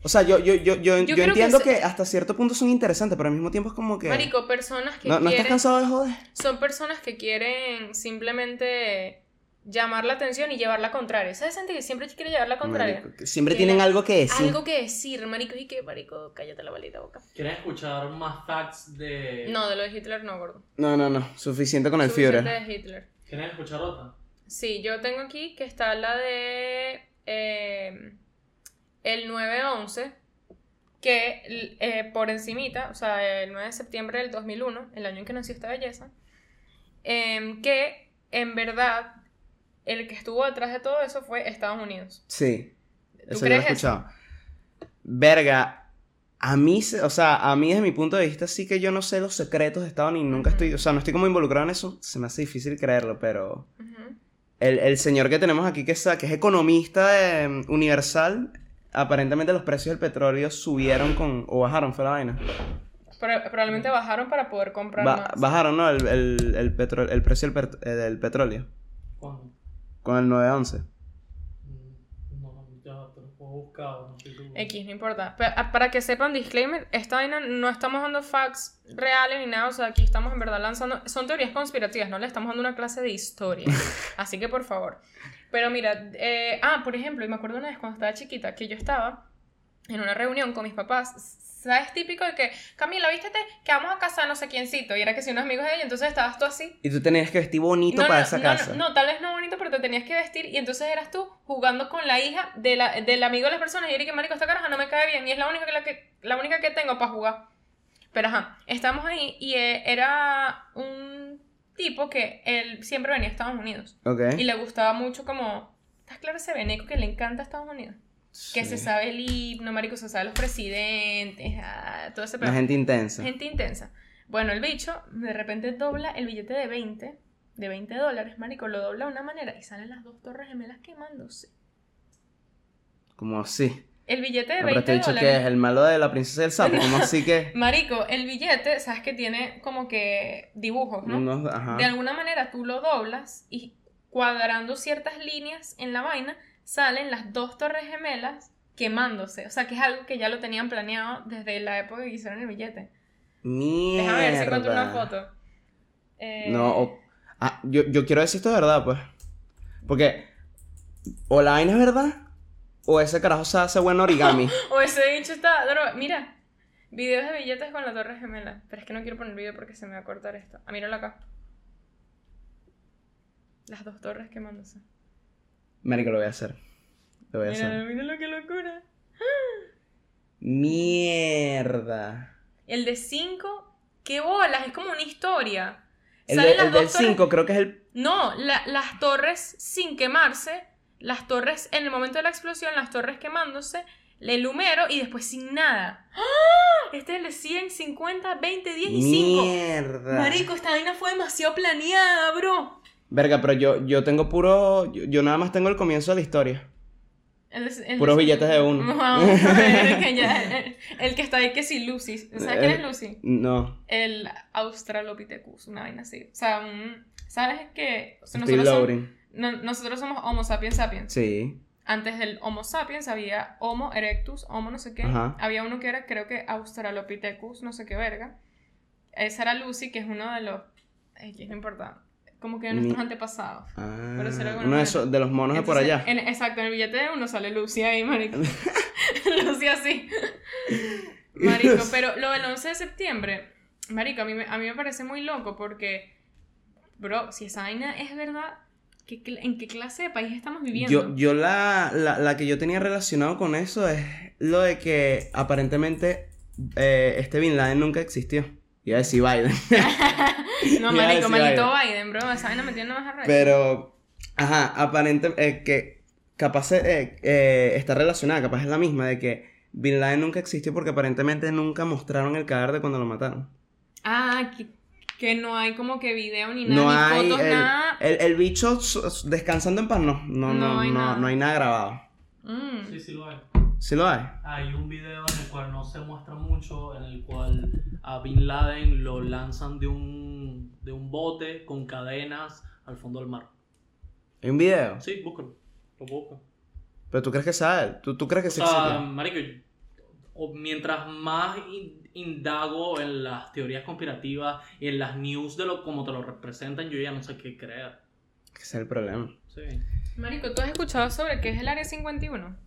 [SPEAKER 3] O sea, yo, yo, yo, yo, yo
[SPEAKER 1] creo que
[SPEAKER 3] entiendo
[SPEAKER 1] se-
[SPEAKER 3] que, hasta cierto punto son interesantes, pero al mismo tiempo es como que...
[SPEAKER 1] Marico, personas que
[SPEAKER 3] no, ¿no estás
[SPEAKER 1] quieren...
[SPEAKER 3] cansado de joder?
[SPEAKER 1] son personas que quieren simplemente llamar la atención y llevar la contraria. ¿Sabes, gente que siempre quiere llevar la contraria?
[SPEAKER 3] Marico, que siempre
[SPEAKER 1] Que
[SPEAKER 3] tienen
[SPEAKER 1] la-
[SPEAKER 3] algo que decir.
[SPEAKER 1] Algo que decir, marico, y que, marico, cállate la maldita boca.
[SPEAKER 7] ¿Quieren escuchar más facts de.?
[SPEAKER 1] No, de lo de Hitler no, gordo.
[SPEAKER 3] No, no, no, suficiente con el
[SPEAKER 1] Suficiente
[SPEAKER 3] Führer.
[SPEAKER 1] de Hitler.
[SPEAKER 7] ¿Quieren escuchar otra?
[SPEAKER 1] Sí, yo tengo aquí que está la de eh, el 9-11, que l- eh, por encimita, o sea, el 9 de septiembre del 2001, el año en que nació esta belleza, em, que en verdad el que estuvo detrás de todo eso fue Estados Unidos.
[SPEAKER 3] Sí, eso yo lo he
[SPEAKER 1] crees eso?
[SPEAKER 3] escuchado. Verga, a mí, se- o sea, a mí desde mi punto de vista sí que yo no sé los secretos de Estado ni nunca
[SPEAKER 1] Ujú.
[SPEAKER 3] estoy, o sea, no estoy como involucrado en eso, se me hace difícil creerlo, pero...
[SPEAKER 1] Ujú.
[SPEAKER 3] El, el señor que tenemos aquí, que es, que es economista de, mm, universal, aparentemente los precios del petróleo subieron con. o bajaron, fue la vaina.
[SPEAKER 1] Pro- probablemente bajaron para poder comprar
[SPEAKER 3] Ba-
[SPEAKER 1] más.
[SPEAKER 3] bajaron, ¿no? El, el, el, petro- el precio del, per- eh, del petróleo.
[SPEAKER 7] ¿Cuándo?
[SPEAKER 3] Con el 911.
[SPEAKER 7] Mm, No, ya, pero puedo buscar, no estoy seguro.
[SPEAKER 1] X, no importa. Pa- a- para que sepan, disclaimer, esta vaina no estamos dando facts reales ni nada, o sea, aquí estamos en verdad lanzando, son teorías conspirativas, no le estamos dando una clase de historia, así que por favor. Pero mira, eh, ah, por ejemplo, y me acuerdo una vez cuando estaba chiquita, que yo estaba en una reunión con mis papás, ¿Sabes? Típico de que, Camila, vístete, que vamos a casa no sé quiéncito. Y era que si unos amigos de ella, entonces estabas tú así.
[SPEAKER 3] Y tú tenías que vestir bonito para esa
[SPEAKER 1] no,
[SPEAKER 3] casa.
[SPEAKER 1] No, tal vez no bonito, pero te tenías que vestir y entonces eras tú jugando con la hija de la- del amigo de las personas. Y yo dije, marico, esta caraja no me cae bien y es la única que, la que, la única que tengo para jugar. Pero ajá, estamos ahí y eh, era un tipo que él siempre venía a Estados Unidos
[SPEAKER 3] Ok.
[SPEAKER 1] y le gustaba mucho como... ¿Estás claro ese veneco que le encanta Estados Unidos? Que se
[SPEAKER 3] Sí.
[SPEAKER 1] sabe el himno, marico, se sabe los presidentes, ah, todo ese
[SPEAKER 3] La
[SPEAKER 1] pedo.
[SPEAKER 3] gente intensa.
[SPEAKER 1] Gente intensa. Bueno, el bicho de repente dobla el billete de 20, de 20 dólares, marico, lo dobla de una manera y salen las dos torres gemelas quemándose.
[SPEAKER 3] Como así.
[SPEAKER 1] El billete de
[SPEAKER 3] No, Pero
[SPEAKER 1] 20
[SPEAKER 3] te he dicho que
[SPEAKER 1] dólares.
[SPEAKER 3] es el malo de la princesa del sapo. Como así que.
[SPEAKER 1] Marico, el billete, sabes que tiene como que dibujos, ¿no?
[SPEAKER 3] unos- ajá.
[SPEAKER 1] De alguna manera tú lo doblas y cuadrando ciertas líneas en la vaina salen las dos torres gemelas quemándose. O sea, que es algo que ya lo tenían planeado desde la época que hicieron el billete.
[SPEAKER 3] Mierda.
[SPEAKER 1] Déjame ver si encuentro una foto. Eh,
[SPEAKER 3] No, o- ah, yo, yo quiero decir esto de verdad, pues. Porque. O la vaina es verdad. O ese carajo se hace buen origami.
[SPEAKER 1] O ese bicho está droga. Mira, videos de billetes con la torre gemela. Pero es que no quiero poner video porque se me va a cortar esto. Ah, míralo acá. Las dos torres quemándose.
[SPEAKER 3] Marico, lo voy a hacer. Lo voy a
[SPEAKER 1] Míralo,
[SPEAKER 3] hacer.
[SPEAKER 1] míralo, qué locura.
[SPEAKER 3] Mierda.
[SPEAKER 1] El de 5, qué bolas, es como una historia.
[SPEAKER 3] El,
[SPEAKER 1] Salen
[SPEAKER 3] de-
[SPEAKER 1] las
[SPEAKER 3] el
[SPEAKER 1] dos
[SPEAKER 3] del
[SPEAKER 1] torres-
[SPEAKER 3] 5 creo que es el.
[SPEAKER 1] No, la- las torres sin quemarse, las torres en el momento de la explosión, las torres quemándose, el humero y después sin nada. ¡Ah! Este es el de 100, 50, 20, 10 y 5.
[SPEAKER 3] Mierda.
[SPEAKER 1] Marico, esta vaina fue demasiado planeada, bro.
[SPEAKER 3] Verga, pero yo, yo tengo puro. Yo, yo nada más tengo el comienzo de la historia.
[SPEAKER 1] El de- el
[SPEAKER 3] Puros billetes de uno.
[SPEAKER 1] Vamos a ver, que ya- el, el que está ahí que sí, Lucy. ¿Sabes quién es
[SPEAKER 3] Eh.
[SPEAKER 1] Lucy?
[SPEAKER 3] No.
[SPEAKER 1] El Australopithecus, una vaina así. O sea, un- ¿sabes que o sea,
[SPEAKER 3] Steve
[SPEAKER 1] nosotros, somos,
[SPEAKER 3] Lauren.
[SPEAKER 1] no- nosotros somos Homo sapiens sapiens.
[SPEAKER 3] Sí.
[SPEAKER 1] Antes del Homo sapiens había Homo erectus, Homo no sé qué.
[SPEAKER 3] Ajá.
[SPEAKER 1] Había uno que era, creo que Australopithecus, no sé qué verga. Esa era Lucy, que es uno de los. X, no importa. Como que de nuestros
[SPEAKER 3] Ni-
[SPEAKER 1] antepasados.
[SPEAKER 3] Ah,
[SPEAKER 1] Por decirlo de alguna
[SPEAKER 3] uno de,
[SPEAKER 1] manera.
[SPEAKER 3] esos- de los monos de por
[SPEAKER 1] Entonces,
[SPEAKER 3] allá.
[SPEAKER 1] en- exacto, en el billete de uno sale Lucy ahí, marico. Lucy así. Marico, pero lo del 11 de septiembre, marico, a mí, me- a mí me parece muy loco porque, bro, si esa vaina es verdad, ¿qué cl- ¿en qué clase de país estamos viviendo?
[SPEAKER 3] Yo, yo la, la, la que yo tenía relacionado con eso es lo de que aparentemente eh, este Bin Laden nunca existió. Iba a decir Biden.
[SPEAKER 1] no,
[SPEAKER 3] Iba a
[SPEAKER 1] marico,
[SPEAKER 3] decir
[SPEAKER 1] maldito Biden, bro, esa vaina me tiene más arrecho.
[SPEAKER 3] Pero, ajá, aparentemente, que capaz eh, eh, está relacionada, capaz es la misma, de que Bin Laden nunca existió porque aparentemente nunca mostraron el cadáver de cuando lo mataron.
[SPEAKER 1] Ah, que, que no hay como que video ni nada,
[SPEAKER 3] No
[SPEAKER 1] ni
[SPEAKER 3] hay.
[SPEAKER 1] fotos,
[SPEAKER 3] el,
[SPEAKER 1] nada.
[SPEAKER 3] el, el bicho su- su- descansando en paz, no. No, no, no, no hay, nada. grabado.
[SPEAKER 1] Mm.
[SPEAKER 5] Sí, sí lo hay.
[SPEAKER 3] ¿Sí lo hay?
[SPEAKER 5] Hay un video en el cual no se muestra mucho, en el cual a Bin Laden lo lanzan de un, de un bote con cadenas al fondo del mar.
[SPEAKER 3] ¿Hay un video?
[SPEAKER 5] Sí, búscalo. Lo busco.
[SPEAKER 3] ¿Pero tú crees que sabe? ¿Tú, tú crees que sí
[SPEAKER 5] O sea,
[SPEAKER 1] Ah.
[SPEAKER 3] existe?
[SPEAKER 5] marico, o- mientras más in- indago en las teorías conspirativas y en las news de lo como te lo representan, yo ya no sé qué creer.
[SPEAKER 3] Ese es el problema.
[SPEAKER 5] Sí.
[SPEAKER 1] Marico, ¿tú has escuchado sobre qué es el Área 51?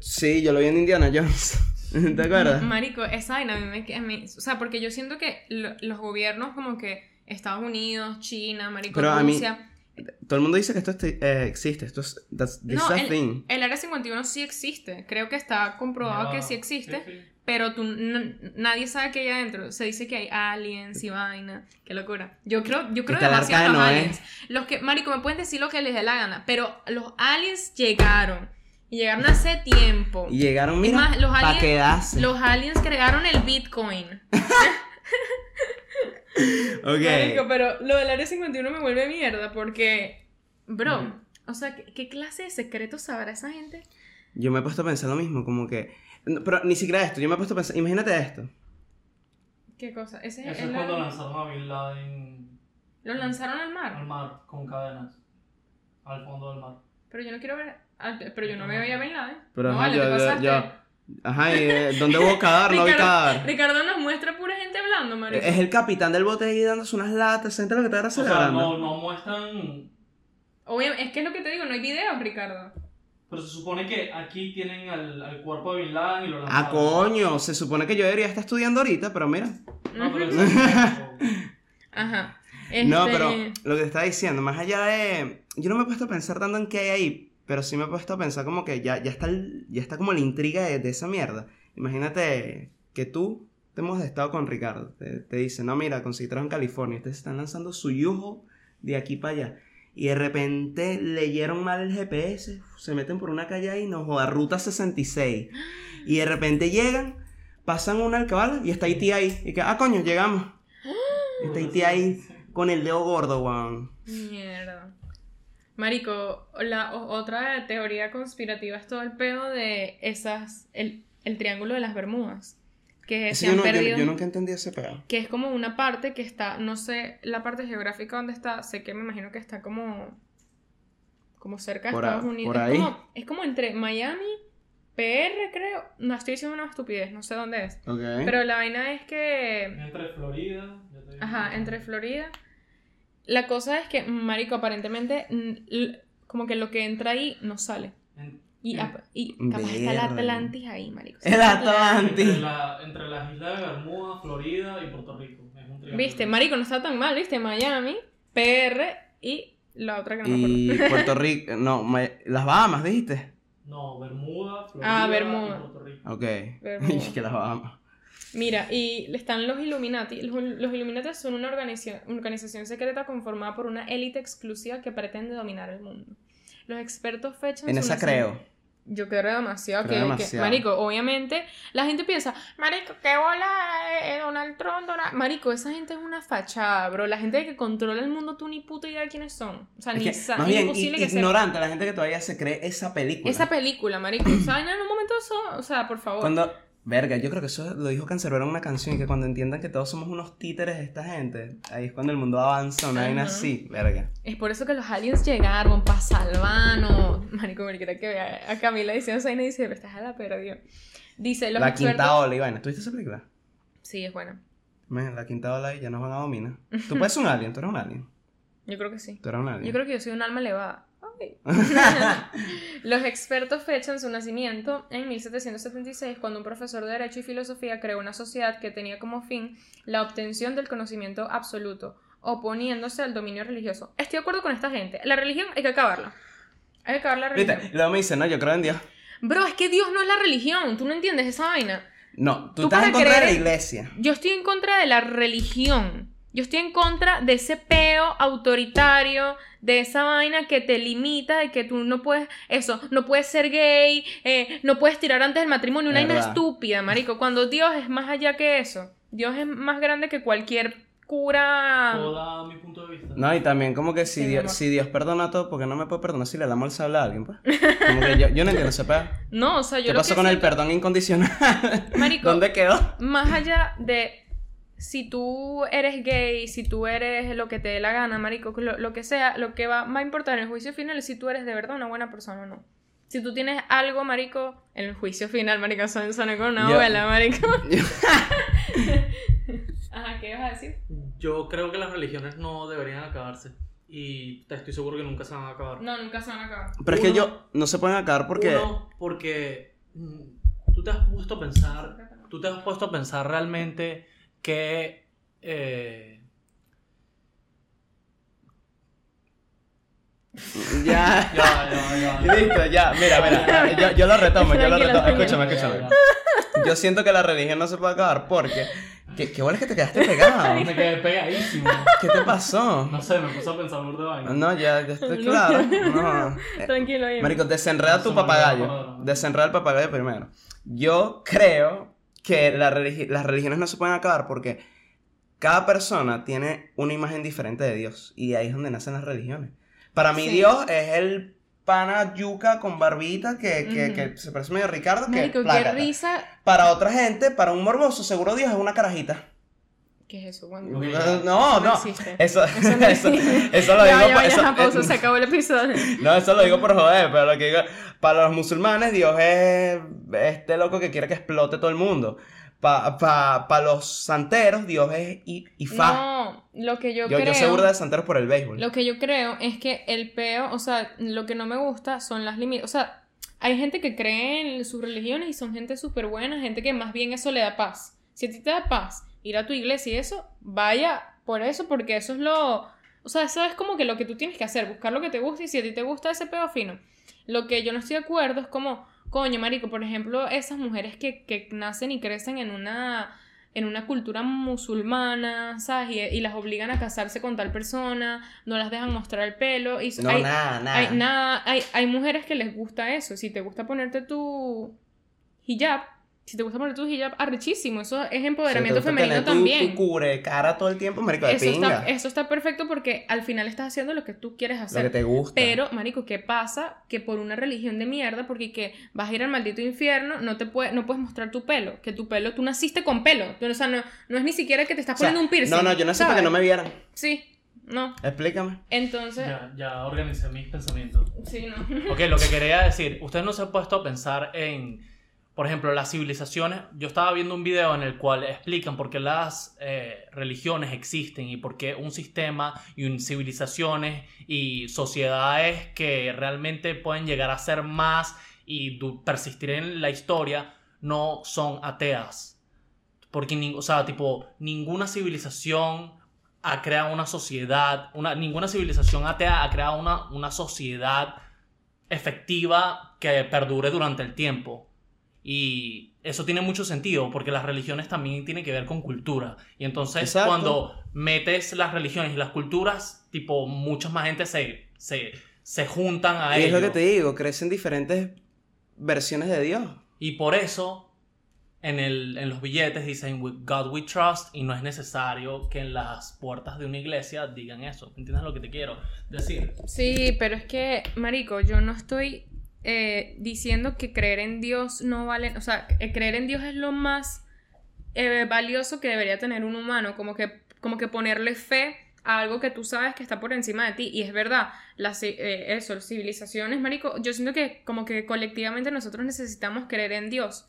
[SPEAKER 3] Sí, yo lo vi en Indiana Jones. ¿Te acuerdas?
[SPEAKER 1] Marico, esa vaina a mí me... a mí- o sea, porque yo siento que lo- los gobiernos como que Estados Unidos, China, marico,
[SPEAKER 3] Pero a mí-
[SPEAKER 1] Rusia...
[SPEAKER 3] Todo el mundo dice que esto este- eh, existe. Esto es. that's- this
[SPEAKER 1] No,
[SPEAKER 3] is a thing.
[SPEAKER 1] El Área 51 sí existe. Creo que está comprobado que sí existe, pero tú... n- nadie sabe que hay adentro. Se dice que hay aliens y vaina. Qué locura. Yo creo, yo creo
[SPEAKER 3] Está el ¿eh?
[SPEAKER 1] demasiado en los
[SPEAKER 3] arca de Noé.
[SPEAKER 1] aliens. Los que... Marico, me pueden decir lo que les dé la gana, pero los aliens llegaron. Y llegaron hace tiempo.
[SPEAKER 3] Y llegaron, mira,
[SPEAKER 1] más, los
[SPEAKER 3] pa'
[SPEAKER 1] aliens-
[SPEAKER 3] quedarse.
[SPEAKER 1] Los aliens crearon el Bitcoin.
[SPEAKER 3] Ok.
[SPEAKER 1] Marico, pero lo del área 51 me vuelve mierda porque, bro, o sea, ¿qué, qué clase de secretos sabrá esa gente?
[SPEAKER 3] Yo me he puesto a pensar lo mismo, como que. no, Pero ni siquiera esto, yo me he puesto a pensar. Imagínate esto.
[SPEAKER 1] ¿Qué cosa? Ese es
[SPEAKER 5] Eso
[SPEAKER 1] el-
[SPEAKER 5] es cuando lanzaron a Bin Laden
[SPEAKER 1] Lo lanzaron al
[SPEAKER 5] al
[SPEAKER 1] mar,
[SPEAKER 5] mar con cadenas. Al fondo del mar.
[SPEAKER 1] pero yo no quiero ver, ah, pero yo no veo a Bin Laden.
[SPEAKER 3] Pero
[SPEAKER 1] no,
[SPEAKER 3] ajá,
[SPEAKER 1] vale,
[SPEAKER 3] yo,
[SPEAKER 1] te
[SPEAKER 3] yo,
[SPEAKER 1] pasaste.
[SPEAKER 3] yo- Ajá, y, eh, ¿dónde hubo cadáver? No vi
[SPEAKER 1] Ricardo-
[SPEAKER 3] cadáver.
[SPEAKER 1] Ricardo nos muestra pura gente hablando, marico.
[SPEAKER 3] Es el capitán del bote ahí dándose unas latas. Siente lo que está
[SPEAKER 5] O sea,
[SPEAKER 3] celebrando.
[SPEAKER 5] no, no muestran.
[SPEAKER 1] Obviamente, es que es lo que te digo, no hay videos, Ricardo.
[SPEAKER 5] Pero se supone que aquí tienen al, al cuerpo de Bin Laden y lo
[SPEAKER 3] Ah,
[SPEAKER 5] lanzaron.
[SPEAKER 3] coño, se supone que yo debería estar estudiando ahorita, pero mira.
[SPEAKER 5] No, Ah, pero
[SPEAKER 1] Ujú.
[SPEAKER 5] es-
[SPEAKER 1] Ajá.
[SPEAKER 3] No,
[SPEAKER 1] Este,
[SPEAKER 3] pero lo que te estaba diciendo, más allá de. Yo no me he puesto a pensar tanto en qué hay ahí, pero sí me he puesto a pensar como que ya, ya, está, el- ya está como la intriga de, de esa mierda. Imagínate que tú te hemos estado con Ricardo. Te, te dice, no, mira, concentrado en California, ustedes están lanzando su yujo de aquí para allá. Y de repente leyeron mal el GPS, se meten por una calle ahí, nos joda, ruta 66. Y de repente llegan, pasan una alcabala y está Haití ahí. Y que, ah, coño, llegamos. Está Haití ahí con el dedo gordo, weón.
[SPEAKER 1] Mierda. Marico, la o- otra teoría conspirativa es todo el pedo de esas. El, el triángulo de las Bermudas. Que
[SPEAKER 3] Eso
[SPEAKER 1] se
[SPEAKER 3] yo,
[SPEAKER 1] han
[SPEAKER 3] no- yo-
[SPEAKER 1] perdido.
[SPEAKER 3] yo nunca entendí ese pedo.
[SPEAKER 1] Que es como una parte que está. No sé la parte geográfica donde está. Sé que me imagino que está como. Como cerca de
[SPEAKER 3] Por a-
[SPEAKER 1] Estados Unidos.
[SPEAKER 3] por
[SPEAKER 1] es,
[SPEAKER 3] ahí.
[SPEAKER 1] Como, es como entre Miami, PR, creo. No estoy diciendo una estupidez, no sé dónde es.
[SPEAKER 3] Ok.
[SPEAKER 1] Pero la vaina es que.
[SPEAKER 5] Entre Florida. ya te digo.
[SPEAKER 1] Ajá, entre Florida. La cosa es que, marico, aparentemente, mm, l- como que lo que entra ahí no sale.
[SPEAKER 5] En-
[SPEAKER 1] Y,
[SPEAKER 5] Mm.
[SPEAKER 1] ap- y capaz está el
[SPEAKER 3] Verga.
[SPEAKER 1] Atlantis ahí, marico.
[SPEAKER 3] el
[SPEAKER 5] entre,
[SPEAKER 3] Atlantis.
[SPEAKER 5] la- entre las islas de Bermuda, Florida y Puerto Rico. Es un triángulo.
[SPEAKER 1] Viste, marico, no está tan mal, viste, Miami, PR y la otra que no me acuerdo.
[SPEAKER 3] Y Puerto Rico, no, Ma- las Bahamas, dijiste.
[SPEAKER 5] No, Bermuda, Florida
[SPEAKER 1] Ah, Bermuda.
[SPEAKER 5] y Puerto Rico.
[SPEAKER 3] Ok.
[SPEAKER 1] Bermuda.
[SPEAKER 3] que las Bahamas.
[SPEAKER 1] Mira, y están los Illuminati. Los, los Illuminati son una organización, organización secreta conformada por una élite exclusiva que pretende dominar el mundo. Los expertos fechan
[SPEAKER 3] En
[SPEAKER 1] su
[SPEAKER 3] esa
[SPEAKER 1] nacimiento-
[SPEAKER 3] creo.
[SPEAKER 1] Yo creo demasiado,
[SPEAKER 3] Creo
[SPEAKER 1] que, que-
[SPEAKER 3] demasiado.
[SPEAKER 1] Marico, obviamente, la gente piensa, Marico, qué bola eh, Donald Trump, Donald-". Marico, esa gente es una fachada, bro. La gente que controla el mundo, tú ni puta idea de quiénes son. O sea,
[SPEAKER 3] Es
[SPEAKER 1] ni
[SPEAKER 3] que,
[SPEAKER 1] sa-
[SPEAKER 3] más
[SPEAKER 1] ni
[SPEAKER 3] bien,
[SPEAKER 1] imposible
[SPEAKER 3] i-
[SPEAKER 1] que sepan.
[SPEAKER 3] ignorante, la gente que todavía se cree esa película.
[SPEAKER 1] Esa película, Marico. O sea, en un momento eso, o sea, por favor.
[SPEAKER 3] Cuando, verga, yo creo que eso lo dijo Cancerbero en una canción, que cuando entiendan que todos somos unos títeres de esta gente, ahí es cuando el mundo avanza, una vaina
[SPEAKER 1] Ajá.
[SPEAKER 3] así, verga.
[SPEAKER 1] Es por eso que los aliens llegaron para salvarnos. Marico, mariquita que vea a Camila diciendo esa vaina y dice, esta la perdió. Dice, los
[SPEAKER 3] la
[SPEAKER 1] expertos...
[SPEAKER 3] quinta ola, y vaina, ¿tú viste esa película?
[SPEAKER 1] Sí, es buena.
[SPEAKER 3] Man, la quinta ola y ya nos van a dominar. Tú puedes ser un alien, tú eres un alien,
[SPEAKER 1] Yo creo que sí.
[SPEAKER 3] tú eres un alien.
[SPEAKER 1] Yo creo que yo soy un alma elevada. Ay. Los expertos fechan su nacimiento en 1776 cuando un profesor de Derecho y Filosofía creó una sociedad que tenía como fin la obtención del conocimiento absoluto, oponiéndose al dominio religioso. Estoy de acuerdo con esta gente. La religión hay que acabarla. Hay que acabar la religión.
[SPEAKER 3] Viste, luego me dicen, no, yo creo en Dios.
[SPEAKER 1] Bro, es que Dios no es la religión. Tú no entiendes esa vaina.
[SPEAKER 3] No,
[SPEAKER 1] Tú
[SPEAKER 3] tú, estás
[SPEAKER 1] para
[SPEAKER 3] en contra de la
[SPEAKER 1] creer en-
[SPEAKER 3] iglesia.
[SPEAKER 1] Yo estoy en contra de la religión. Yo estoy en contra de ese peo autoritario, de esa vaina que te limita, de que tú no puedes, eso, no puedes ser gay, eh, no puedes tirar antes del matrimonio, una vaina
[SPEAKER 3] Verdad.
[SPEAKER 1] estúpida, marico. Cuando Dios es más allá que eso, Dios es más grande que cualquier cura.
[SPEAKER 5] Puedo dar mi punto de vista.
[SPEAKER 3] No, y también como que
[SPEAKER 1] Sí,
[SPEAKER 3] si,
[SPEAKER 1] mi
[SPEAKER 3] Dios,
[SPEAKER 1] amor.
[SPEAKER 3] si Dios perdona todo, porque no me puede perdonar si le damos el sable a alguien, pues? Como que yo, yo no entiendo ese pedo.
[SPEAKER 1] No, o sea, yo
[SPEAKER 3] ¿Qué
[SPEAKER 1] lo
[SPEAKER 3] pasó
[SPEAKER 1] que
[SPEAKER 3] con el
[SPEAKER 1] siento-
[SPEAKER 3] perdón incondicional?
[SPEAKER 1] Marico,
[SPEAKER 3] ¿Dónde quedó?
[SPEAKER 1] más allá de si tú eres gay, si tú eres lo que te dé la gana, marico, lo, lo que sea, lo que va, va a importar en el juicio final es si tú eres de verdad una buena persona o no. Si tú tienes algo, marico, en el juicio final, marico, son, son con una
[SPEAKER 3] Yo-
[SPEAKER 1] abuela, marico. Ajá, ¿qué ibas a decir?
[SPEAKER 5] Yo creo que las religiones no deberían acabarse. Y te estoy seguro que nunca se van a acabar.
[SPEAKER 1] No, nunca se van a acabar.
[SPEAKER 3] Pero es que
[SPEAKER 5] Uno-
[SPEAKER 3] yo no se pueden acabar porque
[SPEAKER 5] Uno, porque mm, tú te has puesto a pensar, tú te has puesto a pensar realmente que eh,
[SPEAKER 3] ya.
[SPEAKER 5] ya, ya, ya, ya.
[SPEAKER 3] Listo, ya, mira, mira, yo, yo lo retomo, yo lo
[SPEAKER 1] Tranquila,
[SPEAKER 3] retomo,
[SPEAKER 1] tranquila.
[SPEAKER 3] escúchame, escúchame. Yo siento que la religión no se puede acabar porque, ¿qué, qué bueno que te quedaste pegado?
[SPEAKER 5] Me quedé pegadísimo.
[SPEAKER 3] ¿Qué te pasó?
[SPEAKER 5] No sé, me puse a pensar burda de vaina.
[SPEAKER 3] No, ya, ya estoy claro, no. Eh,
[SPEAKER 1] Tranquilo, bien.
[SPEAKER 3] Marico, desenreda tu papagayo, desenreda el papagayo primero. Yo creo que la religi- las religiones no se pueden acabar porque cada persona tiene una imagen diferente de Dios y de ahí es donde nacen las religiones. Para mí
[SPEAKER 1] Sí.
[SPEAKER 3] Dios es el pana yuca con barbita que, que,
[SPEAKER 1] Ujú.
[SPEAKER 3] que se parece medio a Ricardo. Que
[SPEAKER 1] Marico, qué
[SPEAKER 3] plácata.
[SPEAKER 1] risa.
[SPEAKER 3] Para otra gente, para un morboso, seguro Dios es una carajita.
[SPEAKER 1] ¿Qué es eso, Juan?
[SPEAKER 5] Ok,
[SPEAKER 3] No, no, no.
[SPEAKER 1] existe.
[SPEAKER 3] Eso,
[SPEAKER 1] Eso no
[SPEAKER 3] eso,
[SPEAKER 1] existe.
[SPEAKER 3] eso lo
[SPEAKER 1] ya,
[SPEAKER 3] digo
[SPEAKER 1] ya,
[SPEAKER 3] pa-
[SPEAKER 1] ya,
[SPEAKER 3] eso-
[SPEAKER 1] ya, pausa,
[SPEAKER 3] eh,
[SPEAKER 1] se acabó el episodio.
[SPEAKER 3] no, eso lo digo por joder, pero lo que digo, para los musulmanes Dios es este loco que quiere que explote todo el mundo. Para pa, pa los santeros Dios es i- Ifá.
[SPEAKER 1] No, lo que yo,
[SPEAKER 3] yo,
[SPEAKER 1] creo...
[SPEAKER 3] yo seguro de santeros por el béisbol.
[SPEAKER 1] Lo que yo creo es que el peo, o sea, lo que no me gusta son las límites. O sea, hay gente que cree en sus religiones y son gente súper buena, gente que más bien eso le da paz. Si a ti te da paz ir a tu iglesia y eso, vaya por eso, porque eso es lo... O sea, eso es como que lo que tú tienes que hacer, buscar lo que te gusta y si a ti te gusta ese pedo fino. Lo que yo no estoy de acuerdo es como, coño, marico, por ejemplo, esas mujeres que, que nacen y crecen en una en una cultura musulmana, ¿sabes? Y, y las obligan a casarse con tal persona, no las dejan mostrar el pelo. Y,
[SPEAKER 3] No,
[SPEAKER 1] hay-
[SPEAKER 3] nada, nada.
[SPEAKER 1] hay, nada, hay, hay mujeres que les gusta eso. Si te gusta ponerte tu hijab, si te gusta ponerte tu hijab, arrechísimo. Eso es empoderamiento femenino también.
[SPEAKER 3] Tu cubre cara todo el tiempo, marico, de
[SPEAKER 1] eso,
[SPEAKER 3] pinga.
[SPEAKER 1] está, eso está perfecto porque al final estás haciendo lo que tú quieres
[SPEAKER 3] lo que
[SPEAKER 1] hacer.
[SPEAKER 3] te gusta.
[SPEAKER 1] Pero, marico, ¿qué pasa? Que por una religión de mierda, porque que vas a ir al maldito infierno, no te puede, no puedes mostrar tu pelo. Que tu pelo, tú naciste con pelo. Tú- o sea, no, no es ni siquiera que te estás
[SPEAKER 3] O sea,
[SPEAKER 1] poniendo un piercing.
[SPEAKER 3] No, no, yo no sé para
[SPEAKER 1] ¿sabes?
[SPEAKER 3] que no me vieran.
[SPEAKER 1] Sí, no.
[SPEAKER 3] Explícame.
[SPEAKER 1] Entonces,
[SPEAKER 8] Ya, ya organicé mis pensamientos.
[SPEAKER 1] sí, no.
[SPEAKER 5] Ok, lo que quería decir, ustedes no se han puesto a pensar en, por ejemplo, las civilizaciones. Yo estaba viendo un video en el cual explican por qué las eh, religiones existen y por qué un sistema y un- civilizaciones y sociedades que realmente pueden llegar a ser más y du- persistir en la historia no son ateas. Porque, nin- o sea, tipo, ninguna civilización ha creado una sociedad, una, ninguna civilización atea ha creado una, una sociedad efectiva que perdure durante el tiempo. Y eso tiene mucho sentido porque las religiones también tienen que ver con cultura. Y entonces
[SPEAKER 3] Exacto.
[SPEAKER 5] cuando metes las religiones y las culturas, tipo, mucha más gente se, se, se juntan a
[SPEAKER 3] Y es
[SPEAKER 5] ello.
[SPEAKER 3] lo que te digo, crecen diferentes versiones de Dios.
[SPEAKER 1] Mm.
[SPEAKER 5] Y por eso en, el, en los billetes dicen "With God we trust y no es necesario que en las puertas de una iglesia digan eso. ¿Entiendes lo que te quiero decir?
[SPEAKER 1] Sí, pero es que, marico, yo no estoy eh, diciendo que creer en Dios no vale, o sea, que creer en Dios es lo más eh, valioso que debería tener un humano, como que, como que ponerle fe a algo que tú sabes que está por encima de ti, y es verdad, las, ci- eh, eso, las civilizaciones, marico, yo siento que como que colectivamente nosotros necesitamos creer en Dios.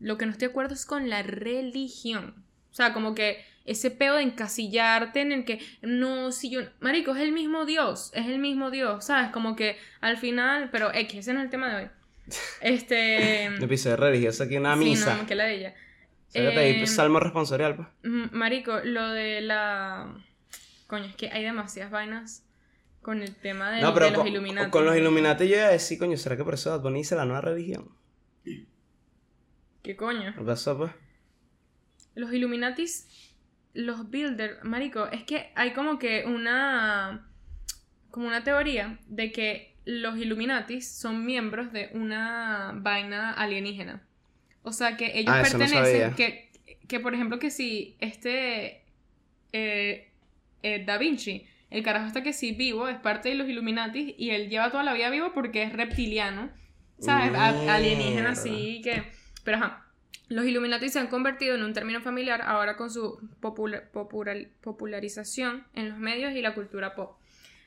[SPEAKER 1] Lo que no estoy de acuerdo es con la religión. O sea, como que ese peo de encasillarte en el que no, si yo. Marico, es el mismo Dios, es el mismo Dios, ¿sabes? Como que al final. Pero X, ese no es el tema de hoy. Este.
[SPEAKER 3] Un episodio religioso aquí, una
[SPEAKER 1] sí,
[SPEAKER 3] misa.
[SPEAKER 1] no, que la de ella.
[SPEAKER 3] Se le pedí, pues,
[SPEAKER 1] Eh,
[SPEAKER 3] salmo responsorial, pues.
[SPEAKER 1] Mm, Marico, lo de la. Coño, es que hay demasiadas vainas con el tema del- de,
[SPEAKER 3] No, pero
[SPEAKER 1] los
[SPEAKER 3] con,
[SPEAKER 1] Illuminati.
[SPEAKER 3] con los Illuminati yo iba a decir, coño, ¿será que por eso Bad Bunny dice la nueva religión?
[SPEAKER 1] ¿Qué coño?
[SPEAKER 3] ¿Qué pasó, pues?
[SPEAKER 1] Los Illuminatis, los Builder, marico, es que hay como que una como una teoría de que los Illuminatis son miembros de una vaina alienígena. O sea, que ellos
[SPEAKER 3] Ah, eso no
[SPEAKER 1] pertenecen
[SPEAKER 3] sabía.
[SPEAKER 1] que que por ejemplo que si este eh, eh, Da Vinci, el carajo está que si vivo es parte de los Illuminatis y él lleva toda la vida vivo porque es reptiliano. ¿Sabes? A- Alienígena así que pero ajá. Los Illuminati se han convertido en un término familiar ahora con su popula- popular- popularización en los medios y la cultura pop.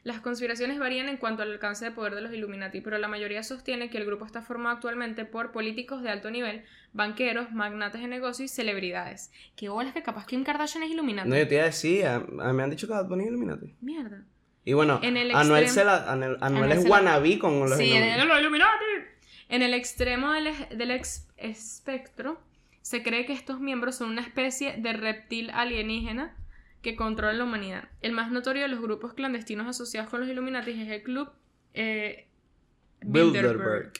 [SPEAKER 1] Las conspiraciones varían en cuanto al alcance de poder de los Illuminati, pero la mayoría sostiene que el grupo está formado actualmente por políticos de alto nivel, banqueros, magnates de negocios y celebridades. Qué bolas que capaz Kim Kardashian es Illuminati.
[SPEAKER 3] No, yo te iba a decir, a- a- me han dicho que Bad Bunny es Illuminati.
[SPEAKER 1] Mierda.
[SPEAKER 3] Y bueno,
[SPEAKER 1] En el
[SPEAKER 3] Anuel,
[SPEAKER 1] extremo-
[SPEAKER 3] se la, Anuel, Anuel
[SPEAKER 1] Anuel
[SPEAKER 3] es
[SPEAKER 1] se la-
[SPEAKER 3] wannabe con los
[SPEAKER 1] Sí,
[SPEAKER 3] Illuminati.
[SPEAKER 1] en los Illuminati. En el extremo del, es- del ex- espectro, se cree que estos miembros son una especie de reptil alienígena que controla la humanidad. El más notorio de los grupos clandestinos asociados con los Illuminati es el club eh, Bilderberg.
[SPEAKER 3] Bilderberg.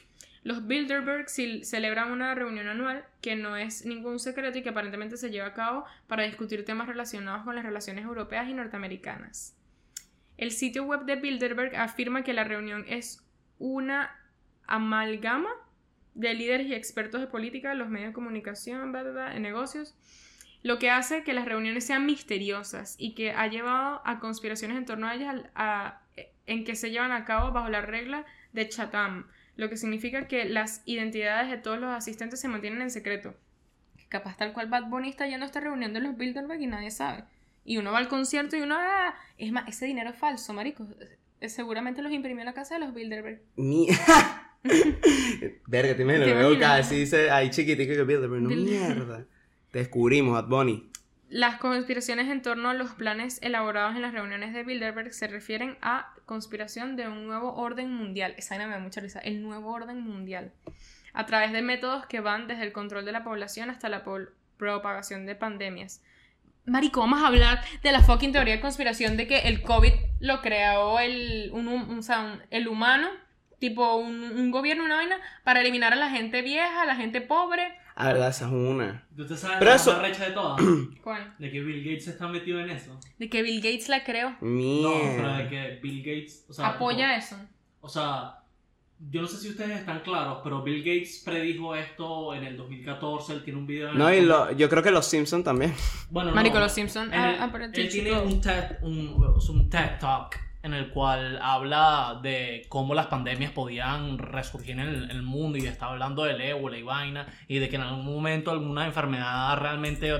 [SPEAKER 1] Los Bilderberg cel- celebran una reunión anual que no es ningún secreto y que aparentemente se lleva a cabo para discutir temas relacionados con las relaciones europeas y norteamericanas. El sitio web de Bilderberg afirma que la reunión es una amalgama de líderes y expertos de política, los medios de comunicación, bla, bla, bla, de negocios, lo que hace que las reuniones sean misteriosas y que ha llevado a conspiraciones en torno a ellas al- a- en que se llevan a cabo bajo la regla de Chatham, lo que significa que las identidades de todos los asistentes se mantienen en secreto. Capaz tal cual Bad Bunny está yendo a esta reunión de los Bilderberg y nadie sabe. Y uno va al concierto y uno... ah, es más, ese dinero es falso, marico. Eh, Seguramente los imprimió la casa de los Bilderberg.
[SPEAKER 3] Mi- Verga, te imaginas,
[SPEAKER 1] ¿Te
[SPEAKER 3] lo veo acá,
[SPEAKER 1] imaginas?
[SPEAKER 3] así dice, ahí chiquitico que Bilderberg, no
[SPEAKER 1] Bil-
[SPEAKER 3] mierda. Te descubrimos, Bad Bunny.
[SPEAKER 1] Las conspiraciones en torno a los planes elaborados en las reuniones de Bilderberg se refieren a conspiración de un nuevo orden mundial. Esa vaina me da mucha risa. El nuevo orden mundial. A través de métodos que van desde el control de la población hasta la pol- propagación de pandemias. Marico, vamos a hablar de la fucking teoría de conspiración de que el COVID lo creó el, un, hum- un- o sea, un- el humano, tipo un, un gobierno, una vaina, para eliminar a la gente vieja, a la gente pobre.
[SPEAKER 3] Ah, verdad, esa es una.
[SPEAKER 5] ¿Tú te sabes
[SPEAKER 3] Pero
[SPEAKER 5] la
[SPEAKER 3] eso-
[SPEAKER 5] más recha de todas?
[SPEAKER 1] ¿Cuál?
[SPEAKER 5] De que Bill Gates está metido en eso.
[SPEAKER 1] De que Bill Gates la creó.
[SPEAKER 5] No, pero de
[SPEAKER 3] Mierda.
[SPEAKER 5] que Bill Gates. O sea,
[SPEAKER 1] Apoya eso.
[SPEAKER 5] O sea, yo no sé si ustedes están claros, pero Bill Gates predijo esto en el 2014. Él tiene un video. en
[SPEAKER 3] No,
[SPEAKER 5] el-
[SPEAKER 3] y lo- yo creo que los Simpsons también.
[SPEAKER 5] Bueno, no.
[SPEAKER 1] Marico, los Simpson
[SPEAKER 5] En el-
[SPEAKER 1] ah, ah, pero
[SPEAKER 5] él
[SPEAKER 1] chico.
[SPEAKER 5] tiene un TED, un, es un TED Talk en el cual habla de cómo las pandemias podían resurgir en el, en el mundo y está hablando del ébola y vaina y de que en algún momento alguna enfermedad realmente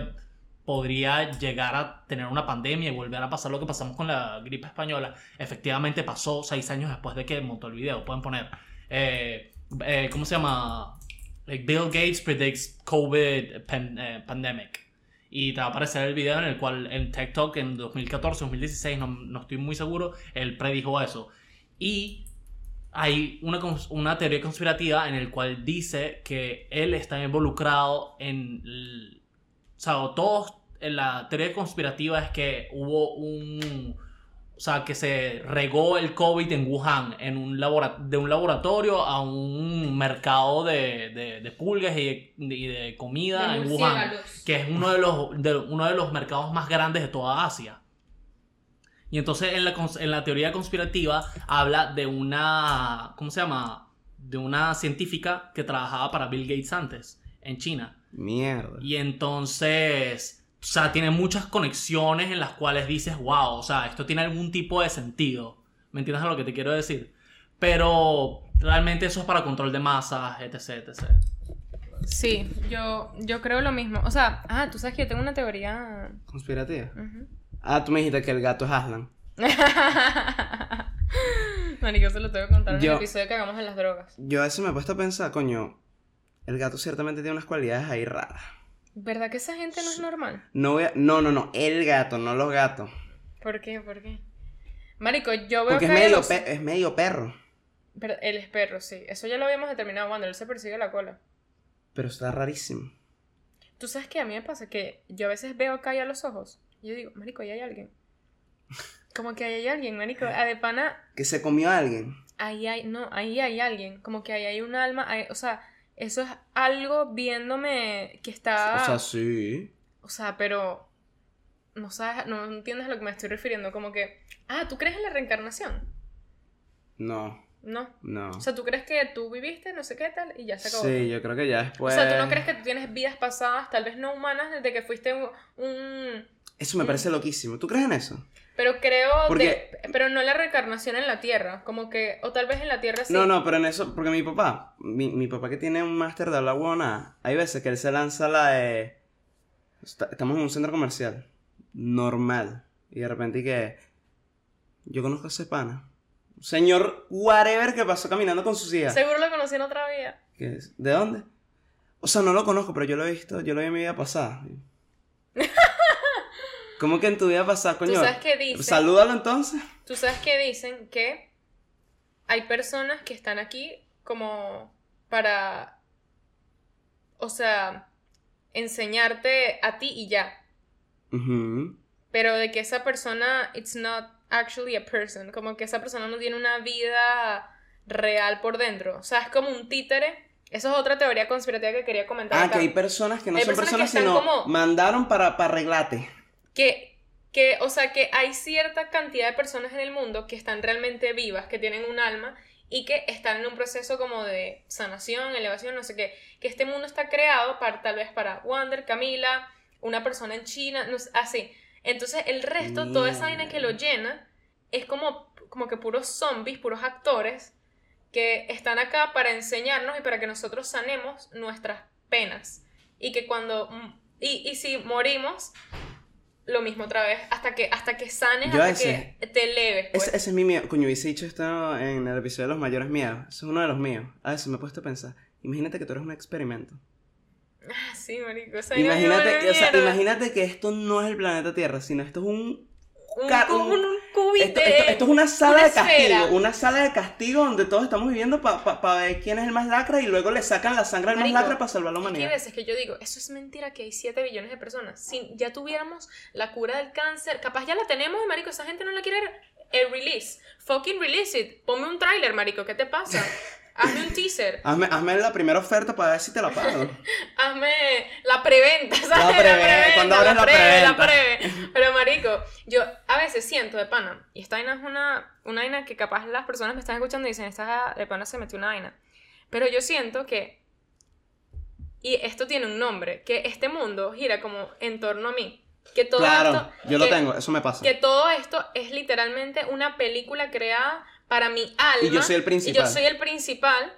[SPEAKER 5] podría llegar a tener una pandemia y volver a pasar lo que pasamos con la gripe española. Efectivamente pasó seis años después de que montó el video. Pueden poner, eh, eh, ¿cómo se llama? Like, Bill Gates predicts COVID pan- eh, pandemic. Y te va a aparecer el video en el cual en TikTok en 2014, 2016, no, no estoy muy seguro, él predijo eso. Y hay una, cons- una teoría conspirativa en el cual dice que él está involucrado en... l- O sea, o todos... en La teoría conspirativa es que hubo un... O sea, que se regó el COVID en Wuhan, en un labora- de un laboratorio a un mercado de, de- de pulgas y de, y de comida
[SPEAKER 1] De
[SPEAKER 5] en Wuhan
[SPEAKER 1] murciélagos.
[SPEAKER 5] que es uno de los, de- uno de los mercados más grandes de toda Asia. Y entonces en la, cons- en la teoría conspirativa habla de una, ¿cómo se llama? De una científica que trabajaba para Bill Gates antes, en China.
[SPEAKER 3] Mierda.
[SPEAKER 5] Y entonces, o sea, tiene muchas conexiones en las cuales dices, wow, o sea, esto tiene algún tipo de sentido. ¿Me entiendes a lo que te quiero decir? Pero realmente eso es para control de masas, etc, etc.
[SPEAKER 1] Sí, yo, yo creo lo mismo. O sea, ah, tú sabes que yo tengo una teoría.
[SPEAKER 3] Conspirativa.
[SPEAKER 1] Ujú.
[SPEAKER 3] Ah, tú me dijiste que el gato es Aslan.
[SPEAKER 1] Marico, se lo tengo que contar en
[SPEAKER 3] Yo-
[SPEAKER 1] el episodio que hagamos en las drogas.
[SPEAKER 3] Yo a veces me he puesto a pensar, coño, el gato ciertamente tiene unas cualidades ahí raras.
[SPEAKER 1] ¿Verdad que esa gente no es normal?
[SPEAKER 3] No voy a- No, no, no, el gato, no los gatos.
[SPEAKER 1] ¿Por qué? ¿Por qué? Marico, yo veo
[SPEAKER 3] Porque es
[SPEAKER 1] caer
[SPEAKER 3] medio,
[SPEAKER 1] los-
[SPEAKER 3] pe- es medio perro.
[SPEAKER 1] Pero él es perro, sí. Eso ya lo habíamos determinado cuando él se persigue la cola.
[SPEAKER 3] Pero está rarísimo.
[SPEAKER 1] Tú sabes que a mí me pasa que yo a veces veo acá a los ojos y yo digo, Marico, ahí hay alguien. Como que ahí hay alguien, Marico.
[SPEAKER 5] Eh.
[SPEAKER 1] A de pana,
[SPEAKER 3] Que se comió a alguien.
[SPEAKER 1] ahí hay, no, ahí hay alguien, como que ahí hay un alma, ahí- o sea, eso es algo viéndome que está,
[SPEAKER 3] O sea, sí.
[SPEAKER 1] pero no sabes, no entiendes a lo que me estoy refiriendo, como que, ah, ¿tú crees en la reencarnación?
[SPEAKER 3] No,
[SPEAKER 1] No.
[SPEAKER 3] no.
[SPEAKER 1] O sea, ¿tú crees que tú viviste, no sé qué tal, y ya se acabó?
[SPEAKER 3] Sí, yo creo que ya
[SPEAKER 1] O
[SPEAKER 3] después.
[SPEAKER 1] sea, ¿tú no crees que tú tienes vidas pasadas, tal vez no humanas, desde que fuiste un... un-
[SPEAKER 3] Eso me parece loquísimo. ¿Tú crees en eso?
[SPEAKER 1] pero creo...
[SPEAKER 3] Porque-
[SPEAKER 1] de- pero no la reencarnación en la Tierra, como que... O tal vez en la Tierra sí.
[SPEAKER 3] No, no, pero en eso, porque mi papá, mi, mi papá que tiene un máster de habla huevonada, hay veces que él se lanza la de... esta- estamos en un centro comercial, normal, y de repente y que... Yo conozco a ese pana. Señor whatever que pasó caminando con sus hijas.
[SPEAKER 1] Seguro lo conocí en otra vida.
[SPEAKER 3] Que es, ¿De dónde? O sea, no lo conozco, pero yo lo he visto, yo lo vi en mi vida pasada. ¿Cómo que en tu vida pasada, coño?
[SPEAKER 1] ¿Tú sabes qué dice?
[SPEAKER 3] Salúdalo entonces.
[SPEAKER 1] Tú sabes que dicen que hay personas que están aquí como para, o sea, enseñarte a ti y ya.
[SPEAKER 3] Ujú.
[SPEAKER 1] Pero de que esa persona, it's not actually a person. Como que esa persona no tiene una vida real por dentro. O sea, es como un títere. Esa es otra teoría conspirativa que quería comentar.
[SPEAKER 3] Ah,
[SPEAKER 1] acá.
[SPEAKER 3] que hay personas que no
[SPEAKER 1] Hay
[SPEAKER 3] son
[SPEAKER 1] personas
[SPEAKER 3] personas,
[SPEAKER 1] que están
[SPEAKER 3] sino
[SPEAKER 1] como-
[SPEAKER 3] mandaron para, para arreglarte.
[SPEAKER 1] que, que, o sea, que hay cierta cantidad de personas en el mundo que están realmente vivas, que tienen un alma y que están en un proceso como de sanación, elevación, no sé qué, que este mundo está creado para tal vez para Wander, Camila, una persona en China, no sé, así. Entonces el resto, toda esa vaina que lo llena, es como, como que puros zombies, puros actores que están acá para enseñarnos y para que nosotros sanemos nuestras penas. Y que cuando... mm, Y, y si morimos, lo mismo otra vez, hasta que, hasta que sanes,
[SPEAKER 3] Yo a
[SPEAKER 1] hasta
[SPEAKER 3] veces-
[SPEAKER 1] que te eleves. pues.
[SPEAKER 3] Ese, ese es mi miedo. Coño, hubiese dicho esto en el episodio de los mayores miedos. Eso es uno de los míos. A veces me he puesto a pensar. Imagínate que tú eres un experimento.
[SPEAKER 1] Ah, sí, marico. esa vaina me
[SPEAKER 3] Imagínate,
[SPEAKER 1] vuelve
[SPEAKER 3] o sea,
[SPEAKER 1] mierda.
[SPEAKER 3] imagínate que esto no es el planeta Tierra, sino esto es un...
[SPEAKER 1] Un,
[SPEAKER 3] ca-
[SPEAKER 1] cu-
[SPEAKER 3] un-
[SPEAKER 1] un cubito.
[SPEAKER 3] Esto, esto- esto es una sala
[SPEAKER 1] una
[SPEAKER 3] de castigo,
[SPEAKER 1] esfera.
[SPEAKER 3] una sala de castigo donde todos estamos viviendo para ver quién es el más lacra y luego le sacan la sangre al más
[SPEAKER 1] Marico,
[SPEAKER 3] lacra para salvar la
[SPEAKER 1] Hay
[SPEAKER 3] humanidad.
[SPEAKER 1] veces que yo digo, eso es mentira que hay 7 billones de personas. Si ya tuviéramos la cura del cáncer, capaz ya la tenemos y marico, esa gente no la quiere eh, release. Fucking release it. Ponme un tráiler, marico, ¿qué te pasa? Hazme un teaser,
[SPEAKER 3] Hazme, hazme la primera oferta para ver si te la pago.
[SPEAKER 1] hazme la preventa, ¿sabes?
[SPEAKER 3] La preve, cuando abres la
[SPEAKER 1] la
[SPEAKER 3] preventa.
[SPEAKER 1] preve. Pero marico, yo a veces siento de pana, y esta vaina es una, una vaina que capaz las personas me están escuchando y dicen, esta de pana se metió una vaina. Pero yo siento que y esto tiene un nombre, que este mundo gira como en torno a mí. Que todo
[SPEAKER 3] claro,
[SPEAKER 1] esto,
[SPEAKER 3] yo lo
[SPEAKER 1] que-
[SPEAKER 3] tengo, eso me pasa.
[SPEAKER 1] Que todo esto es literalmente una película creada para mi alma.
[SPEAKER 3] Y yo soy el
[SPEAKER 1] Y yo
[SPEAKER 3] principal.
[SPEAKER 1] soy el principal.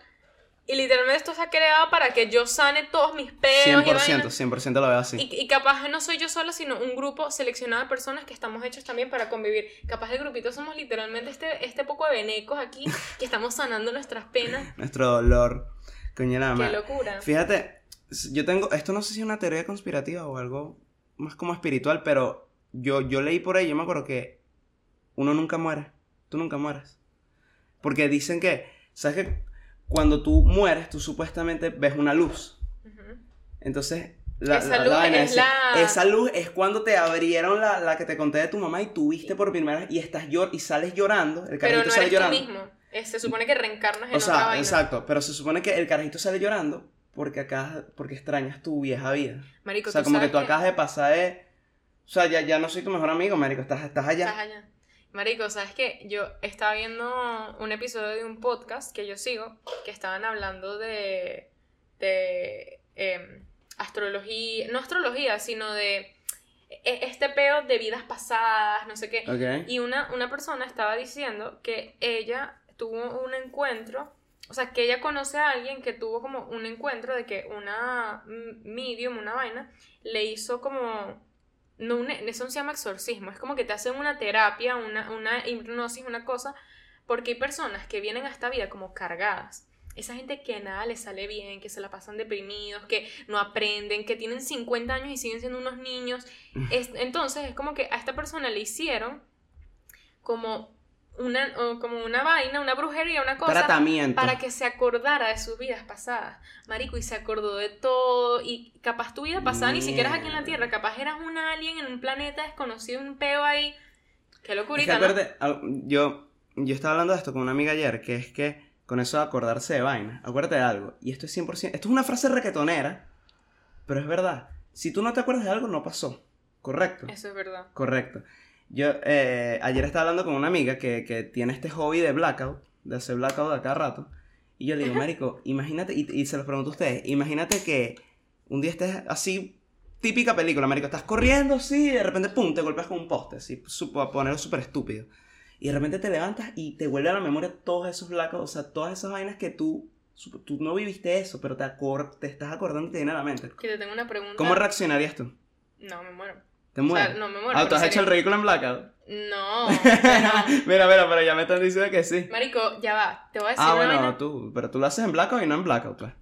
[SPEAKER 1] Y literalmente esto está creado para que yo sane todos mis pedos. y
[SPEAKER 3] 100%,
[SPEAKER 1] vainas.
[SPEAKER 3] 100% lo veo así.
[SPEAKER 1] Y, y capaz no soy yo sola, sino un grupo seleccionado de personas que estamos hechos también para convivir. Capaz el grupito somos literalmente este, este poco de venecos aquí que estamos sanando nuestras penas.
[SPEAKER 3] Nuestro dolor. Coño, la
[SPEAKER 1] Qué
[SPEAKER 3] madre.
[SPEAKER 1] locura.
[SPEAKER 3] Fíjate, s- yo tengo, esto no sé si es una teoría conspirativa o algo más como espiritual, pero yo, yo leí por ahí, yo me acuerdo que uno nunca muere, tú nunca mueres. Porque dicen que, ¿sabes que Cuando tú mueres, tú supuestamente ves una luz.
[SPEAKER 1] Ujú.
[SPEAKER 3] Entonces, la,
[SPEAKER 1] Esa
[SPEAKER 3] la- la
[SPEAKER 1] luz
[SPEAKER 3] vaina
[SPEAKER 1] es
[SPEAKER 3] ese-
[SPEAKER 1] la-
[SPEAKER 3] esa luz es cuando te abrieron la, la que te conté de tu mamá y tuviste por primera vez y estás llor y sales llorando, el
[SPEAKER 1] Pero
[SPEAKER 3] carajito
[SPEAKER 1] no
[SPEAKER 3] sale
[SPEAKER 1] eres
[SPEAKER 3] llorando.
[SPEAKER 1] tú mismo. Eh, se supone que reencarnas en
[SPEAKER 3] O
[SPEAKER 1] otra
[SPEAKER 3] sea,
[SPEAKER 1] vaina.
[SPEAKER 3] exacto, pero se supone que el carajito sale llorando porque acá porque extrañas tu vieja vida.
[SPEAKER 1] Marico,
[SPEAKER 3] o sea, como que
[SPEAKER 1] sabes
[SPEAKER 3] tú acabas de pasar de o sea, ya, ya no soy tu mejor amigo, marico, estás estás allá.
[SPEAKER 1] Estás allá. Marico, ¿sabes qué? Yo estaba viendo un episodio de un podcast que yo sigo, que estaban hablando de, de em, astrología, no astrología, sino de e- este peo de vidas pasadas, no sé qué.
[SPEAKER 3] Ok.
[SPEAKER 1] Y una, una persona estaba diciendo que ella tuvo un encuentro, o sea, que ella conoce a alguien que tuvo como un encuentro de que una mm, medium, una vaina, le hizo como... No, un- eso no se llama exorcismo, es como que te hacen una terapia, una, una hipnosis, una cosa, porque hay personas que vienen a esta vida como cargadas. Esa gente que nada les sale bien, que se la pasan deprimidos, que no aprenden, que tienen 50 años y siguen siendo unos niños. Es- entonces es como que a esta persona le hicieron como una, o como una vaina, una brujería, una cosa.
[SPEAKER 3] Tratamiento.
[SPEAKER 1] Para que se acordara de sus vidas pasadas. Marico, y se acordó de todo. Y capaz tu vida pasada ni siquiera es aquí en la Tierra. Capaz eras un alien en un planeta desconocido, un peo ahí. Qué
[SPEAKER 3] Es que
[SPEAKER 1] locurita, ¿no?
[SPEAKER 3] acuérdate, al- yo yo estaba hablando de esto con una amiga ayer, que es que con eso de acordarse de vaina, acuérdate de algo, y esto es 100%, esto es una frase requetonera, pero es verdad. Si tú no te acuerdas de algo no pasó. Correcto.
[SPEAKER 1] Eso es verdad.
[SPEAKER 3] Correcto. Yo eh, ayer estaba hablando con una amiga que, que tiene este hobby de blackout, de hacer blackout de cada rato. Y yo le digo, Marico, imagínate, y, y se los pregunto a ustedes, imagínate que un día estés así, típica película, Marico, estás corriendo así, y de repente, pum, te golpeas con un poste, así, su- a ponerlo súper estúpido. Y de repente te levantas y te vuelve a la memoria todos esos blackouts, o sea, todas esas vainas que tú, sup- tú no viviste eso, pero te, acor- te estás acordando y te viene a la mente.
[SPEAKER 1] Que te tengo una pregunta.
[SPEAKER 3] ¿Cómo reaccionarías tú?
[SPEAKER 1] No, me muero.
[SPEAKER 3] ¿Te
[SPEAKER 1] O
[SPEAKER 3] mueres?
[SPEAKER 1] sea, no, me muero.
[SPEAKER 3] ah, ¿tú
[SPEAKER 1] pero
[SPEAKER 3] has hecho el
[SPEAKER 1] sería-
[SPEAKER 3] ridículo en blackout?
[SPEAKER 1] No.
[SPEAKER 3] mira, mira, pero ya me están diciendo que sí.
[SPEAKER 1] Marico, ya va. Te voy a decir
[SPEAKER 3] Ah,
[SPEAKER 1] una
[SPEAKER 3] bueno,
[SPEAKER 1] vaina.
[SPEAKER 3] tú, pero tú lo haces en blackout y no en blackout, pues.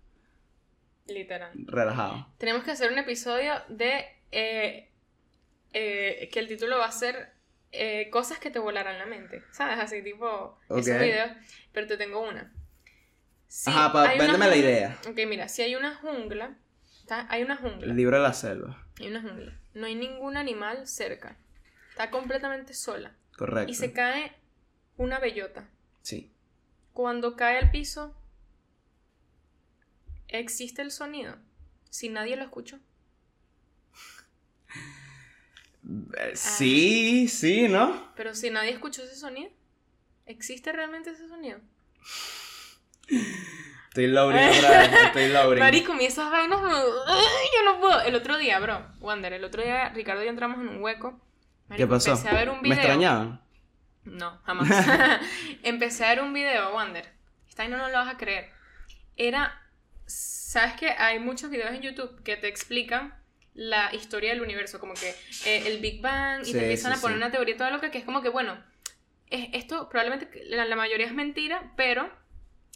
[SPEAKER 1] Literal.
[SPEAKER 3] Relajado.
[SPEAKER 1] Tenemos que hacer un episodio de. eh, eh, que el título va a ser. eh, cosas que te volarán la mente. ¿Sabes? Así tipo.
[SPEAKER 3] Ok.
[SPEAKER 1] Esos videos. Pero te tengo una. Si
[SPEAKER 3] Ajá, pa-
[SPEAKER 1] hay una
[SPEAKER 3] véndeme la
[SPEAKER 1] jungla-
[SPEAKER 3] idea.
[SPEAKER 1] Ok, mira, si hay una jungla. ¿está? Hay una jungla.
[SPEAKER 3] El libro de la selva.
[SPEAKER 1] Hay una jungla. No hay ningún animal cerca. Está completamente sola.
[SPEAKER 3] Correcto.
[SPEAKER 1] Y se cae una bellota.
[SPEAKER 3] Sí.
[SPEAKER 1] Cuando cae al piso, existe el sonido. Si nadie lo escuchó. Ah.
[SPEAKER 3] Eh, sí, sí, ¿no?
[SPEAKER 1] Pero si nadie escuchó ese sonido, ¿existe realmente ese sonido?
[SPEAKER 3] Estoy lowering otra vez, estoy lowering.
[SPEAKER 1] Marico, mi esas vainas me- ¡Ay, yo no puedo. El otro día, bro, Wander, el otro día Ricardo y yo entramos en un hueco.
[SPEAKER 3] ¿Qué
[SPEAKER 1] Marico,
[SPEAKER 3] pasó?
[SPEAKER 1] Empecé a ver un
[SPEAKER 3] ¿Me
[SPEAKER 1] video.
[SPEAKER 3] extrañaban?
[SPEAKER 1] No, jamás. Empecé a ver un video, Wander. Esta ahí no, no lo vas a creer. Era. ¿Sabes que hay muchos videos en YouTube que te explican la historia del universo? Como que eh, el Big Bang y
[SPEAKER 3] Sí,
[SPEAKER 1] te empiezan
[SPEAKER 3] sí,
[SPEAKER 1] a poner
[SPEAKER 3] sí.
[SPEAKER 1] una teoría y todo lo que, que es como que, bueno, es- esto probablemente la, la mayoría es mentira, pero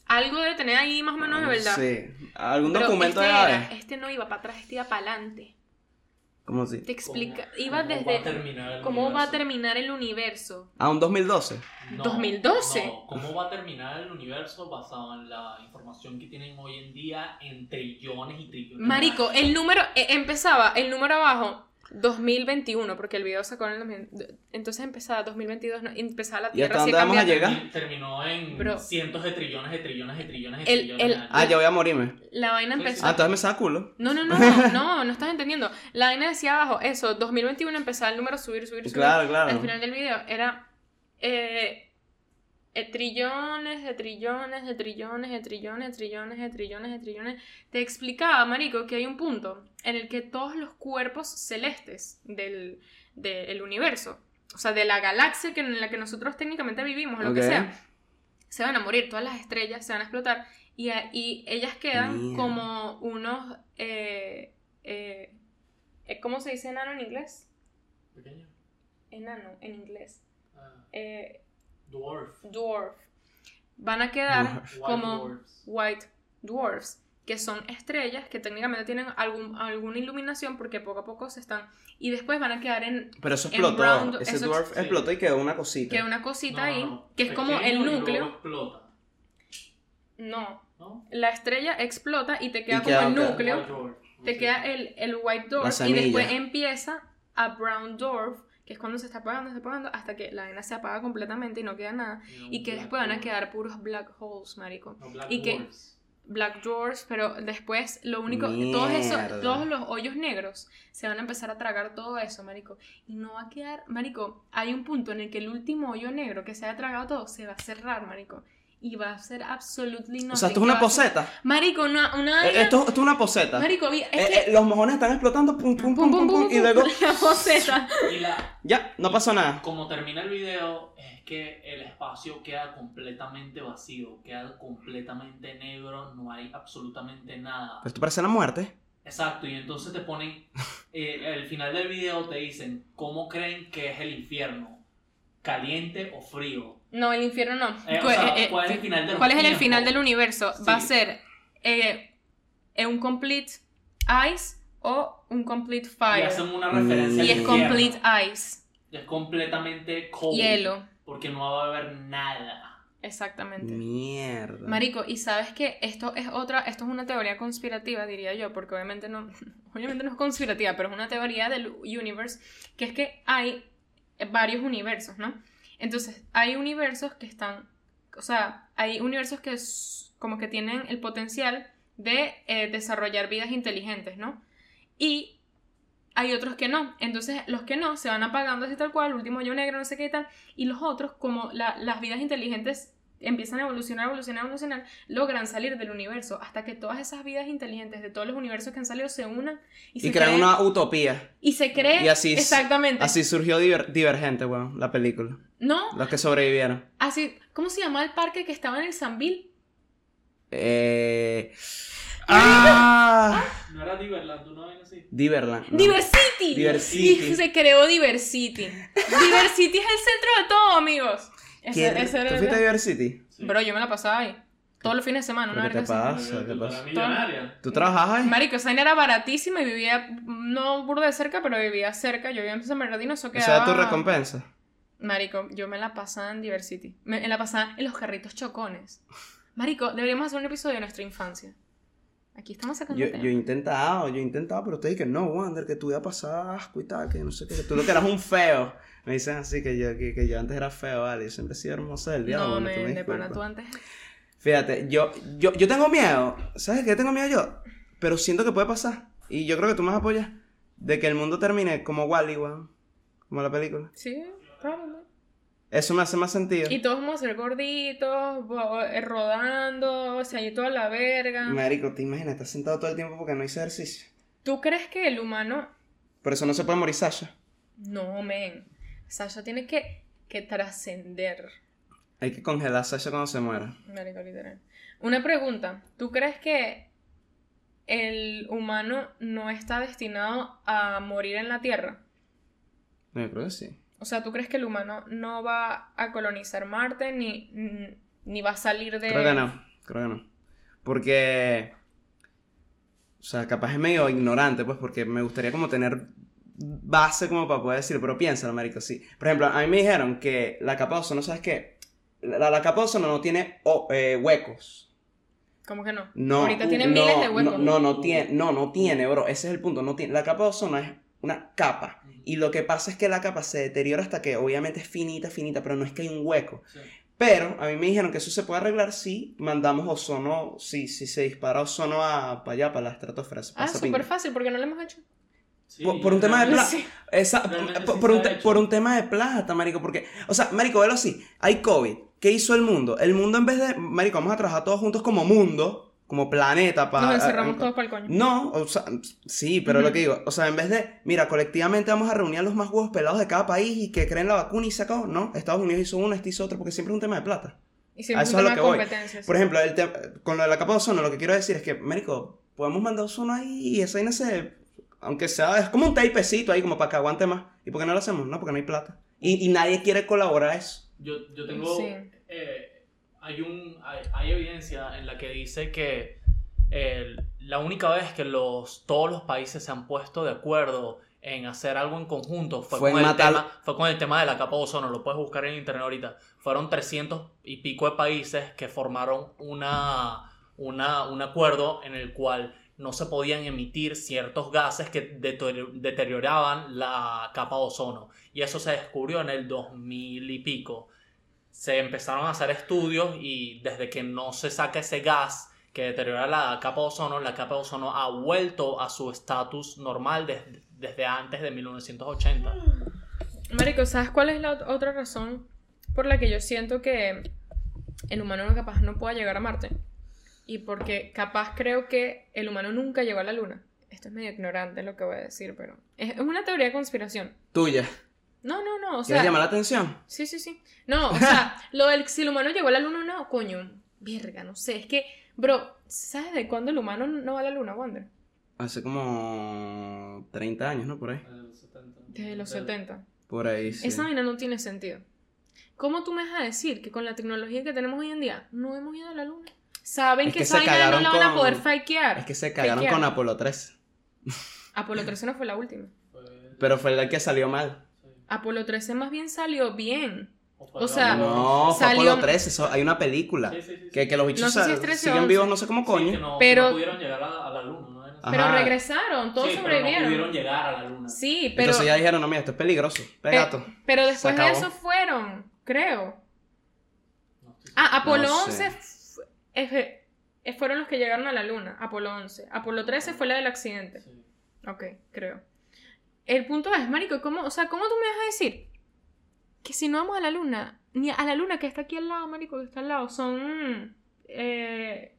[SPEAKER 1] Algo de tener ahí más o menos de verdad.
[SPEAKER 3] Ah, Sí. Algún
[SPEAKER 1] Pero
[SPEAKER 3] documento
[SPEAKER 1] este,
[SPEAKER 3] de
[SPEAKER 1] era-
[SPEAKER 3] aves.
[SPEAKER 1] este no iba para atrás, este iba para adelante.
[SPEAKER 3] ¿Cómo así?
[SPEAKER 1] Te explica, iba
[SPEAKER 5] ¿Cómo va a
[SPEAKER 1] desde
[SPEAKER 5] terminar el
[SPEAKER 1] cómo va a
[SPEAKER 5] universo?
[SPEAKER 1] terminar el universo.
[SPEAKER 3] A Ah, un 2012.
[SPEAKER 5] No,
[SPEAKER 1] 2012.
[SPEAKER 5] no, ¿Cómo va a terminar el universo basado en la información que tienen hoy en día en trillones y trillones? de
[SPEAKER 1] Marico,
[SPEAKER 5] años?
[SPEAKER 1] el número eh, empezaba, el número abajo 2021, porque el video sacó en el 2000, entonces empezaba 2022, no, empezaba la
[SPEAKER 3] ¿Y hasta
[SPEAKER 1] Tierra así
[SPEAKER 3] dónde vamos a
[SPEAKER 1] cambiando.
[SPEAKER 3] llegar?
[SPEAKER 5] Terminó en
[SPEAKER 1] Bro.
[SPEAKER 5] cientos de trillones de trillones de trillones de
[SPEAKER 1] El-
[SPEAKER 5] trillones de
[SPEAKER 1] el-
[SPEAKER 5] años.
[SPEAKER 3] Ah, ya voy a morirme.
[SPEAKER 1] La vaina
[SPEAKER 5] Sí,
[SPEAKER 1] empezó
[SPEAKER 5] sí.
[SPEAKER 3] Ah, entonces me saca culo.
[SPEAKER 1] No, no, no, no, no, no estás entendiendo. La vaina decía abajo, eso, 2021 empezaba el número a subir, subir, subir.
[SPEAKER 3] Claro, claro.
[SPEAKER 1] Al final del video era eh, eh, trillones de trillones de trillones de trillones de trillones de trillones de trillones. Te explicaba, Marico, que hay un punto en el que todos los cuerpos celestes del, del universo, o sea, de la galaxia que, en la que nosotros técnicamente vivimos, o lo
[SPEAKER 3] Ok.
[SPEAKER 1] que sea, se van a morir, todas las estrellas se van a explotar y, a- y ellas quedan
[SPEAKER 3] Mierda.
[SPEAKER 1] como unos... eh, eh, eh, ¿Cómo se dice enano en inglés?
[SPEAKER 5] Pequeño.
[SPEAKER 1] Enano en inglés.
[SPEAKER 5] Ah,
[SPEAKER 1] Eh,
[SPEAKER 5] dwarf.
[SPEAKER 1] dwarf van a quedar
[SPEAKER 5] White
[SPEAKER 1] como
[SPEAKER 5] dwarfs.
[SPEAKER 1] white dwarfs, que son estrellas que técnicamente tienen algún, alguna iluminación porque poco a poco se están... Y después van a quedar en
[SPEAKER 3] Pero eso
[SPEAKER 1] en
[SPEAKER 3] explotó.
[SPEAKER 1] Brown-
[SPEAKER 3] Ese
[SPEAKER 1] eso-
[SPEAKER 3] dwarf
[SPEAKER 5] sí.
[SPEAKER 3] explotó y quedó una cosita.
[SPEAKER 1] queda una cosita
[SPEAKER 5] No, no,
[SPEAKER 1] ahí,
[SPEAKER 5] no.
[SPEAKER 1] que es como
[SPEAKER 5] Pequeño
[SPEAKER 1] el
[SPEAKER 5] y luego
[SPEAKER 1] núcleo.
[SPEAKER 5] explota,
[SPEAKER 1] No,
[SPEAKER 5] ¿no?
[SPEAKER 1] la estrella explota y te queda
[SPEAKER 3] Y
[SPEAKER 1] como
[SPEAKER 3] queda
[SPEAKER 1] el
[SPEAKER 3] acá.
[SPEAKER 1] núcleo,
[SPEAKER 5] White dwarf.
[SPEAKER 1] te
[SPEAKER 5] Sí.
[SPEAKER 1] queda el, el white dwarf y
[SPEAKER 3] semilla.
[SPEAKER 1] después empieza a brown dwarf, que es cuando se está apagando, se está apagando, hasta que la arena se apaga completamente y no queda nada. Y
[SPEAKER 5] un
[SPEAKER 1] que
[SPEAKER 5] black
[SPEAKER 1] después van a
[SPEAKER 5] dwarf.
[SPEAKER 1] quedar puros black holes, marico.
[SPEAKER 5] No, black
[SPEAKER 1] y que-
[SPEAKER 5] dwarfs.
[SPEAKER 1] Black Dwarfs, pero después lo único, todos
[SPEAKER 3] Mierda.
[SPEAKER 1] esos, todos los hoyos negros se van a empezar a tragar todo eso, marico. Y no va a quedar, marico, hay un punto en el que el último hoyo negro que se haya tragado todo se va a cerrar, marico. Y va a ser absolutamente
[SPEAKER 3] o sea, esto es una poseta.
[SPEAKER 1] Marico, una, una
[SPEAKER 3] Eh, Esto, esto es una poseta.
[SPEAKER 1] Marico, vi- es
[SPEAKER 3] Eh,
[SPEAKER 1] que
[SPEAKER 3] eh, los mojones están explotando, pum, pum, pum, pum, pum, y luego
[SPEAKER 1] la poseta.
[SPEAKER 5] Y la,
[SPEAKER 3] ya, no pasó nada.
[SPEAKER 5] como termina el video, es que el espacio queda completamente vacío, queda completamente negro, no hay absolutamente nada.
[SPEAKER 3] Pero esto parece la muerte.
[SPEAKER 5] Exacto, y entonces te ponen, eh, al final del video te dicen cómo creen que es el infierno, caliente o frío.
[SPEAKER 1] No, el infierno no.
[SPEAKER 5] Eh, o
[SPEAKER 1] Cu-
[SPEAKER 5] sea,
[SPEAKER 1] eh, eh,
[SPEAKER 5] ¿Cuál es el final del
[SPEAKER 1] ¿Cuál es el
[SPEAKER 5] tiempo?
[SPEAKER 1] final del universo? Va a
[SPEAKER 5] Sí.
[SPEAKER 1] ser eh, eh, un complete ice o un complete
[SPEAKER 5] Y
[SPEAKER 1] fire.
[SPEAKER 5] hacen una referencia. al
[SPEAKER 1] Y es
[SPEAKER 5] infierno.
[SPEAKER 1] complete ice.
[SPEAKER 5] Y Es completamente cold.
[SPEAKER 1] Hielo.
[SPEAKER 5] Porque no va a haber nada.
[SPEAKER 1] Exactamente.
[SPEAKER 3] Mierda.
[SPEAKER 1] Marico, y sabes que esto es otra, esto es una teoría conspirativa, diría yo, porque obviamente no, obviamente no es conspirativa, pero es una teoría del universe, que es que hay varios universos, ¿no? Entonces, hay universos que están, o sea, hay universos que s- como que tienen el potencial de eh, desarrollar vidas inteligentes, ¿no? Y hay otros que no. Entonces, los que no se van apagando así tal cual, último yo negro, no sé qué y tal, y los otros, como la- las vidas inteligentes empiezan a evolucionar, evolucionar, evolucionar, logran salir del universo hasta que todas esas vidas inteligentes de todos los universos que han salido se unan y,
[SPEAKER 3] y
[SPEAKER 1] se
[SPEAKER 3] crean
[SPEAKER 1] cree-
[SPEAKER 3] una utopía.
[SPEAKER 1] y se cree
[SPEAKER 3] Y así es-
[SPEAKER 1] exactamente.
[SPEAKER 3] Así surgió Diver- Divergente, weón, la película.
[SPEAKER 1] No,
[SPEAKER 3] Los que sobrevivieron.
[SPEAKER 1] así, ¿cómo se llama el parque que estaba en el Sambil?
[SPEAKER 3] Eh... ¡Ah!
[SPEAKER 5] ¿No era Diverland una vez así?
[SPEAKER 3] Diverland. no.
[SPEAKER 1] Diversity.
[SPEAKER 3] Diversity.
[SPEAKER 1] Y se creó Diversity. Diversity es el centro de todo, amigos.
[SPEAKER 3] ¿Qué-
[SPEAKER 1] Ese, ese
[SPEAKER 3] ¿Tú
[SPEAKER 1] era
[SPEAKER 3] fuiste a
[SPEAKER 1] el...
[SPEAKER 3] Diversity?
[SPEAKER 5] Sí.
[SPEAKER 1] Bro, yo me la pasaba ahí. Todos los fines de semana,
[SPEAKER 3] ¿Pero
[SPEAKER 1] una
[SPEAKER 3] ¿Qué te
[SPEAKER 1] verga así.
[SPEAKER 3] pasa? ¿Qué
[SPEAKER 5] Tú eras
[SPEAKER 3] pasa?
[SPEAKER 5] millonaria.
[SPEAKER 3] ¿Tú trabajas ahí?
[SPEAKER 1] Marico, esa vaina era baratísima y vivía, no burda de cerca, pero vivía cerca. Yo vivía en San Bernardino, eso
[SPEAKER 3] O
[SPEAKER 1] quedaba...
[SPEAKER 3] sea, tu recompensa.
[SPEAKER 1] Marico, yo me la pasaba en Diversity. Me, me la pasaba en los carritos chocones. Marico, deberíamos hacer un episodio de nuestra infancia. Aquí estamos sacando
[SPEAKER 3] Yo,
[SPEAKER 1] tema.
[SPEAKER 3] yo he intentado, yo he intentado, pero ustedes dicen, no, Wander, que tú ya pasabas asco y tal, que no sé qué, que tú lo que eras un feo. Me dicen así, que yo, que, que yo antes era feo, vale, yo siempre he sido hermosa del diablo.
[SPEAKER 1] No,
[SPEAKER 3] bueno, tú
[SPEAKER 1] men,
[SPEAKER 3] me
[SPEAKER 1] de pana
[SPEAKER 3] disculpas.
[SPEAKER 1] tú antes.
[SPEAKER 3] Fíjate, yo, yo, yo tengo miedo, ¿sabes qué tengo miedo yo? Pero siento que puede pasar, y yo creo que tú me vas a apoyar, de que el mundo termine como Wally, weón, como la película.
[SPEAKER 1] Sí, probablemente.
[SPEAKER 3] Eso me hace más sentido.
[SPEAKER 1] Y todos vamos a ser gorditos, bo- eh, rodando, o sea, y toda la verga.
[SPEAKER 3] Marico, te imaginas, estás sentado todo el tiempo porque no hice ejercicio.
[SPEAKER 1] ¿Tú crees que el humano...
[SPEAKER 3] Por eso no se puede morir Sasha.
[SPEAKER 1] No, men. Sasha tiene que, que trascender.
[SPEAKER 3] Hay que congelar a Sasha cuando se muera.
[SPEAKER 1] Marico, literal. Una pregunta. ¿Tú crees que el humano no está destinado a morir en la Tierra?
[SPEAKER 3] No, yo creo que sí.
[SPEAKER 1] O sea, ¿tú crees que el humano no va a colonizar Marte ni, ni va a salir de...
[SPEAKER 3] Creo que no. Creo que no. Porque. O sea, capaz es medio ignorante, pues, porque me gustaría como tener base como para poder decir, pero piénsalo, marico, sí. Por ejemplo, a mí me dijeron que la capa de ozono, ¿sabes qué? La, la capa de ozono no tiene o- eh, huecos.
[SPEAKER 1] ¿Cómo que no?
[SPEAKER 3] No, uh,
[SPEAKER 1] Ahorita tienen
[SPEAKER 3] no,
[SPEAKER 1] miles de huecos.
[SPEAKER 3] No, no, no tiene, no, no tiene, bro. Ese es el punto. No tiene. La capa de ozono es una capa. Y lo que pasa es que la capa se deteriora hasta que obviamente es finita, finita, pero no es que hay un hueco.
[SPEAKER 9] Sí.
[SPEAKER 3] Pero a mí me dijeron que eso se puede arreglar si mandamos ozono, si, si se dispara ozono a, para allá, para la estratosfera. se
[SPEAKER 1] Ah,
[SPEAKER 3] pasa pinga.
[SPEAKER 1] súper fácil, porque no lo hemos hecho.
[SPEAKER 9] Sí,
[SPEAKER 3] Por- por un tema de
[SPEAKER 9] realmente-
[SPEAKER 3] pla-
[SPEAKER 1] Sí.
[SPEAKER 3] Esa-
[SPEAKER 9] Realmente
[SPEAKER 3] por,
[SPEAKER 9] sí
[SPEAKER 3] por
[SPEAKER 9] se
[SPEAKER 3] un
[SPEAKER 9] ha
[SPEAKER 3] te-
[SPEAKER 9] hecho.
[SPEAKER 3] por un tema de plata, marico, porque, o sea, marico, velo así, hay COVID, ¿qué hizo el mundo? El mundo en vez de, marico, vamos a trabajar todos juntos como mundo, como planeta, para...
[SPEAKER 1] Nos encerramos todos para el coño.
[SPEAKER 3] No, o sea, sí, pero lo que digo, o sea, en vez de, mira, colectivamente vamos a reunir a los más huevos pelados de cada país y que creen la vacuna y se acabó, no, Estados Unidos hizo una, este hizo otra, porque siempre es un tema de plata.
[SPEAKER 1] Y
[SPEAKER 3] a
[SPEAKER 1] siempre es
[SPEAKER 3] eso
[SPEAKER 1] un tema
[SPEAKER 3] es a
[SPEAKER 1] de
[SPEAKER 3] lo que voy.
[SPEAKER 1] competencias.
[SPEAKER 3] Por ejemplo, el te- con lo de la capa de ozono, lo que quiero decir es que, marico, podemos mandar ozono ahí y esa vaina se... Aunque sea, es como un tapecito ahí como para que aguante más. ¿Y por qué no lo hacemos? No, porque no hay plata. Y, y nadie quiere colaborar a eso.
[SPEAKER 5] Yo, yo tengo.
[SPEAKER 1] Sí.
[SPEAKER 5] eh, hay, un, hay, hay evidencia en la que dice que eh, la única vez que los, todos los países se han puesto de acuerdo en hacer algo en conjunto fue,
[SPEAKER 3] Fue
[SPEAKER 5] con,
[SPEAKER 3] en
[SPEAKER 5] el
[SPEAKER 3] matar-
[SPEAKER 5] tema, fue con el tema de la capa de ozono. Lo puedes buscar en internet ahorita. Fueron 300 y pico de países que formaron una, una, un acuerdo en el cual no se podían emitir ciertos gases que deterior- deterioraban la capa de ozono. Y eso se descubrió en el 2000 y pico. Se empezaron a hacer estudios y desde que no se saca ese gas que deteriora la capa de ozono, la capa de ozono ha vuelto a su estatus normal des- desde antes de 1980.
[SPEAKER 1] Marico, ¿sabes cuál es la ot- otra razón por la que yo siento que el humano no capaz no pueda llegar a Marte? Y porque capaz creo que el humano nunca llegó a la Luna. Esto es medio ignorante lo que voy a decir, pero es es una teoría de conspiración.
[SPEAKER 3] Tuya.
[SPEAKER 1] No, no, no, o
[SPEAKER 3] ¿Quieres
[SPEAKER 1] sea,
[SPEAKER 3] llamar la atención?
[SPEAKER 1] sí, sí, sí. No, o sea, lo del si el humano llegó a la Luna o no, coño, verga, no sé, es que, bro, ¿sabes de cuándo el humano no va a la Luna, Wander?
[SPEAKER 3] Hace como 30 años, ¿no? Por ahí.
[SPEAKER 1] Desde los 70.
[SPEAKER 3] Por ahí, sí.
[SPEAKER 1] Esa vaina no tiene sentido. ¿Cómo tú me vas a decir que con la tecnología que tenemos hoy en día no hemos ido a la luna? Saben
[SPEAKER 3] Es
[SPEAKER 1] que,
[SPEAKER 3] que
[SPEAKER 1] esa
[SPEAKER 3] se
[SPEAKER 1] vaina no
[SPEAKER 3] cagaron
[SPEAKER 1] la van a
[SPEAKER 3] con-
[SPEAKER 1] poder fakear.
[SPEAKER 3] Es que se cagaron
[SPEAKER 1] Fakear.
[SPEAKER 3] con Apolo 13.
[SPEAKER 1] Apolo 13 no fue la última.
[SPEAKER 3] Pero fue la que salió mal.
[SPEAKER 1] Apolo 13 más bien salió bien. o sea,
[SPEAKER 3] No, fue
[SPEAKER 1] Salió-
[SPEAKER 3] Apolo 13. eso- hay una película.
[SPEAKER 5] Sí, sí, sí, sí.
[SPEAKER 3] Que, que los bichos
[SPEAKER 1] No sé si
[SPEAKER 3] sal-
[SPEAKER 1] es 13 o
[SPEAKER 3] siguen
[SPEAKER 1] 11.
[SPEAKER 3] vivos, no sé cómo
[SPEAKER 5] Sí,
[SPEAKER 3] coño. Ah.
[SPEAKER 5] que no, que
[SPEAKER 1] Pero-
[SPEAKER 5] no pudieron llegar a, a la luna, ¿no? Era así.
[SPEAKER 3] Ajá.
[SPEAKER 1] Pero regresaron, todos
[SPEAKER 5] Sí, pero
[SPEAKER 1] sobrevivieron.
[SPEAKER 5] no pudieron llegar a la luna.
[SPEAKER 1] Sí, pero, Eh,
[SPEAKER 3] Entonces ya dijeron, no, mira, esto es peligroso.
[SPEAKER 1] pe-
[SPEAKER 3] Pegato.
[SPEAKER 1] pero después
[SPEAKER 3] Se
[SPEAKER 1] de
[SPEAKER 3] acabó.
[SPEAKER 1] eso fueron, creo.
[SPEAKER 5] No estoy seguro.
[SPEAKER 1] Ah, Apolo
[SPEAKER 3] No
[SPEAKER 1] 11
[SPEAKER 3] sé.
[SPEAKER 1] fu- efe- eh, fueron los que llegaron a la luna, Apolo 11. Apolo 13 fue la del accidente.
[SPEAKER 5] Sí.
[SPEAKER 1] Ok, creo. El punto es, marico, ¿cómo, o sea, ¿cómo tú me vas a decir que si no vamos a la luna, ni a la luna que está aquí al lado, marico, que está al lado, son... mm, eh,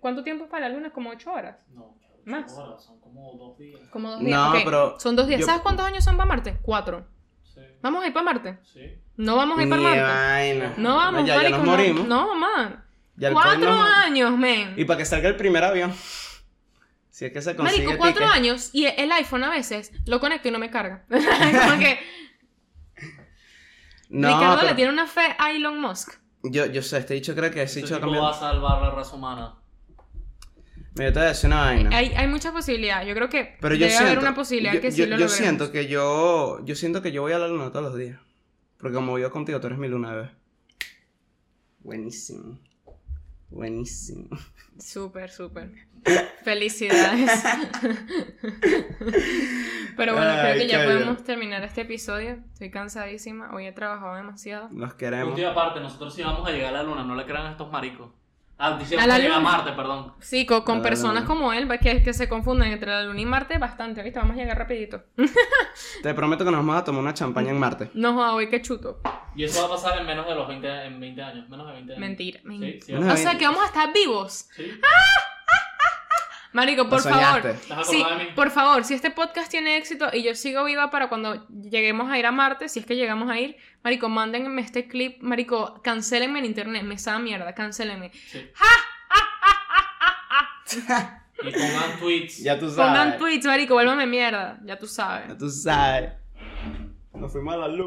[SPEAKER 1] ¿Cuánto tiempo es para la luna? Como ocho horas.
[SPEAKER 5] No, que ocho
[SPEAKER 1] Más.
[SPEAKER 5] horas, son como dos días.
[SPEAKER 1] Como dos
[SPEAKER 3] No,
[SPEAKER 1] días. ok,
[SPEAKER 3] pero
[SPEAKER 1] Son dos días.
[SPEAKER 3] yo-
[SPEAKER 1] ¿Sabes cuántos años son para Marte? Cuatro.
[SPEAKER 5] Sí,
[SPEAKER 1] ¿Vamos a ir para Marte?
[SPEAKER 5] sí.
[SPEAKER 1] No vamos a ir para
[SPEAKER 3] Ni
[SPEAKER 1] Marte.
[SPEAKER 3] vaina.
[SPEAKER 1] No vamos,
[SPEAKER 3] ya, ya
[SPEAKER 1] marico.
[SPEAKER 3] nos
[SPEAKER 1] no-
[SPEAKER 3] morimos.
[SPEAKER 1] No, man.
[SPEAKER 3] Ya el
[SPEAKER 1] cuatro
[SPEAKER 3] pueblo nos-
[SPEAKER 1] años, men.
[SPEAKER 3] Y pues, para que salga el primer avión. Si es que se consigue.
[SPEAKER 1] Marico, cuatro
[SPEAKER 3] ticket.
[SPEAKER 1] años y el iPhone a veces lo conecto y no me carga. Como que...
[SPEAKER 3] No,
[SPEAKER 1] Ricardo
[SPEAKER 3] pero
[SPEAKER 1] le tiene una fe a Elon Musk.
[SPEAKER 3] yo, yo sé, este dicho creo que ese
[SPEAKER 5] Ese
[SPEAKER 3] dicho
[SPEAKER 5] tipo
[SPEAKER 3] cambió.
[SPEAKER 5] va a salvar la raza humana.
[SPEAKER 3] Mira, te voy a decir una vaina.
[SPEAKER 1] Hay, hay muchas posibilidades. Yo creo que
[SPEAKER 3] Pero yo
[SPEAKER 1] debe
[SPEAKER 3] siento,
[SPEAKER 1] haber una posibilidad
[SPEAKER 3] yo,
[SPEAKER 1] que sí
[SPEAKER 3] yo-
[SPEAKER 1] lo
[SPEAKER 3] yo
[SPEAKER 1] logremos.
[SPEAKER 3] siento que yo yo siento que yo voy a la luna todos los días. Porque como vivo contigo, tú eres mi luna, bebé. Buenísimo. Buenísimo.
[SPEAKER 1] Súper, súper. Felicidades. Pero bueno, creo
[SPEAKER 3] Ay,
[SPEAKER 1] que ya
[SPEAKER 3] coño.
[SPEAKER 1] podemos terminar este episodio. Estoy cansadísima. Hoy he trabajado demasiado.
[SPEAKER 3] Los queremos.
[SPEAKER 5] Última parte, nosotros sí vamos a llegar a la luna, no le crean a estos maricos. Ah, diciendo
[SPEAKER 1] A la
[SPEAKER 5] que llega a
[SPEAKER 1] luna.
[SPEAKER 5] Marte, perdón.
[SPEAKER 1] Sí, co- con,
[SPEAKER 3] Dale,
[SPEAKER 1] personas
[SPEAKER 3] dale.
[SPEAKER 1] como él, va, que, que se confunden entre la luna y Marte bastante. Ahorita vamos a llegar rapidito.
[SPEAKER 3] Te prometo que nos vamos a tomar una champaña en Marte.
[SPEAKER 1] No, joda, hoy que chuto.
[SPEAKER 5] Y eso va a pasar en menos de los 20, en 20 años, menos de 20 años.
[SPEAKER 1] Mentira. Ah,
[SPEAKER 5] Sí,
[SPEAKER 1] mentira.
[SPEAKER 5] sí,
[SPEAKER 3] Menos
[SPEAKER 1] O
[SPEAKER 3] de
[SPEAKER 1] sea,
[SPEAKER 3] 20.
[SPEAKER 1] que vamos a estar vivos.
[SPEAKER 5] sí.
[SPEAKER 1] Marico, por
[SPEAKER 3] Lo
[SPEAKER 1] favor.
[SPEAKER 3] soñaste.
[SPEAKER 5] ¿Te has
[SPEAKER 1] Sí,
[SPEAKER 5] acordado Ah, de mí?
[SPEAKER 1] por favor, si este podcast tiene éxito y yo sigo viva para cuando lleguemos a ir a Marte, si es que llegamos a ir, marico, mándenme este clip, marico, cancelenme en internet, me sabe a mierda, cancelenme.
[SPEAKER 5] Sí. y pongan tweets.
[SPEAKER 3] Ya tú sabes.
[SPEAKER 1] Pongan tweets, marico, vuélvame mierda, ya tú sabes.
[SPEAKER 3] Ya tú sabes. Nos fuimos a la luna.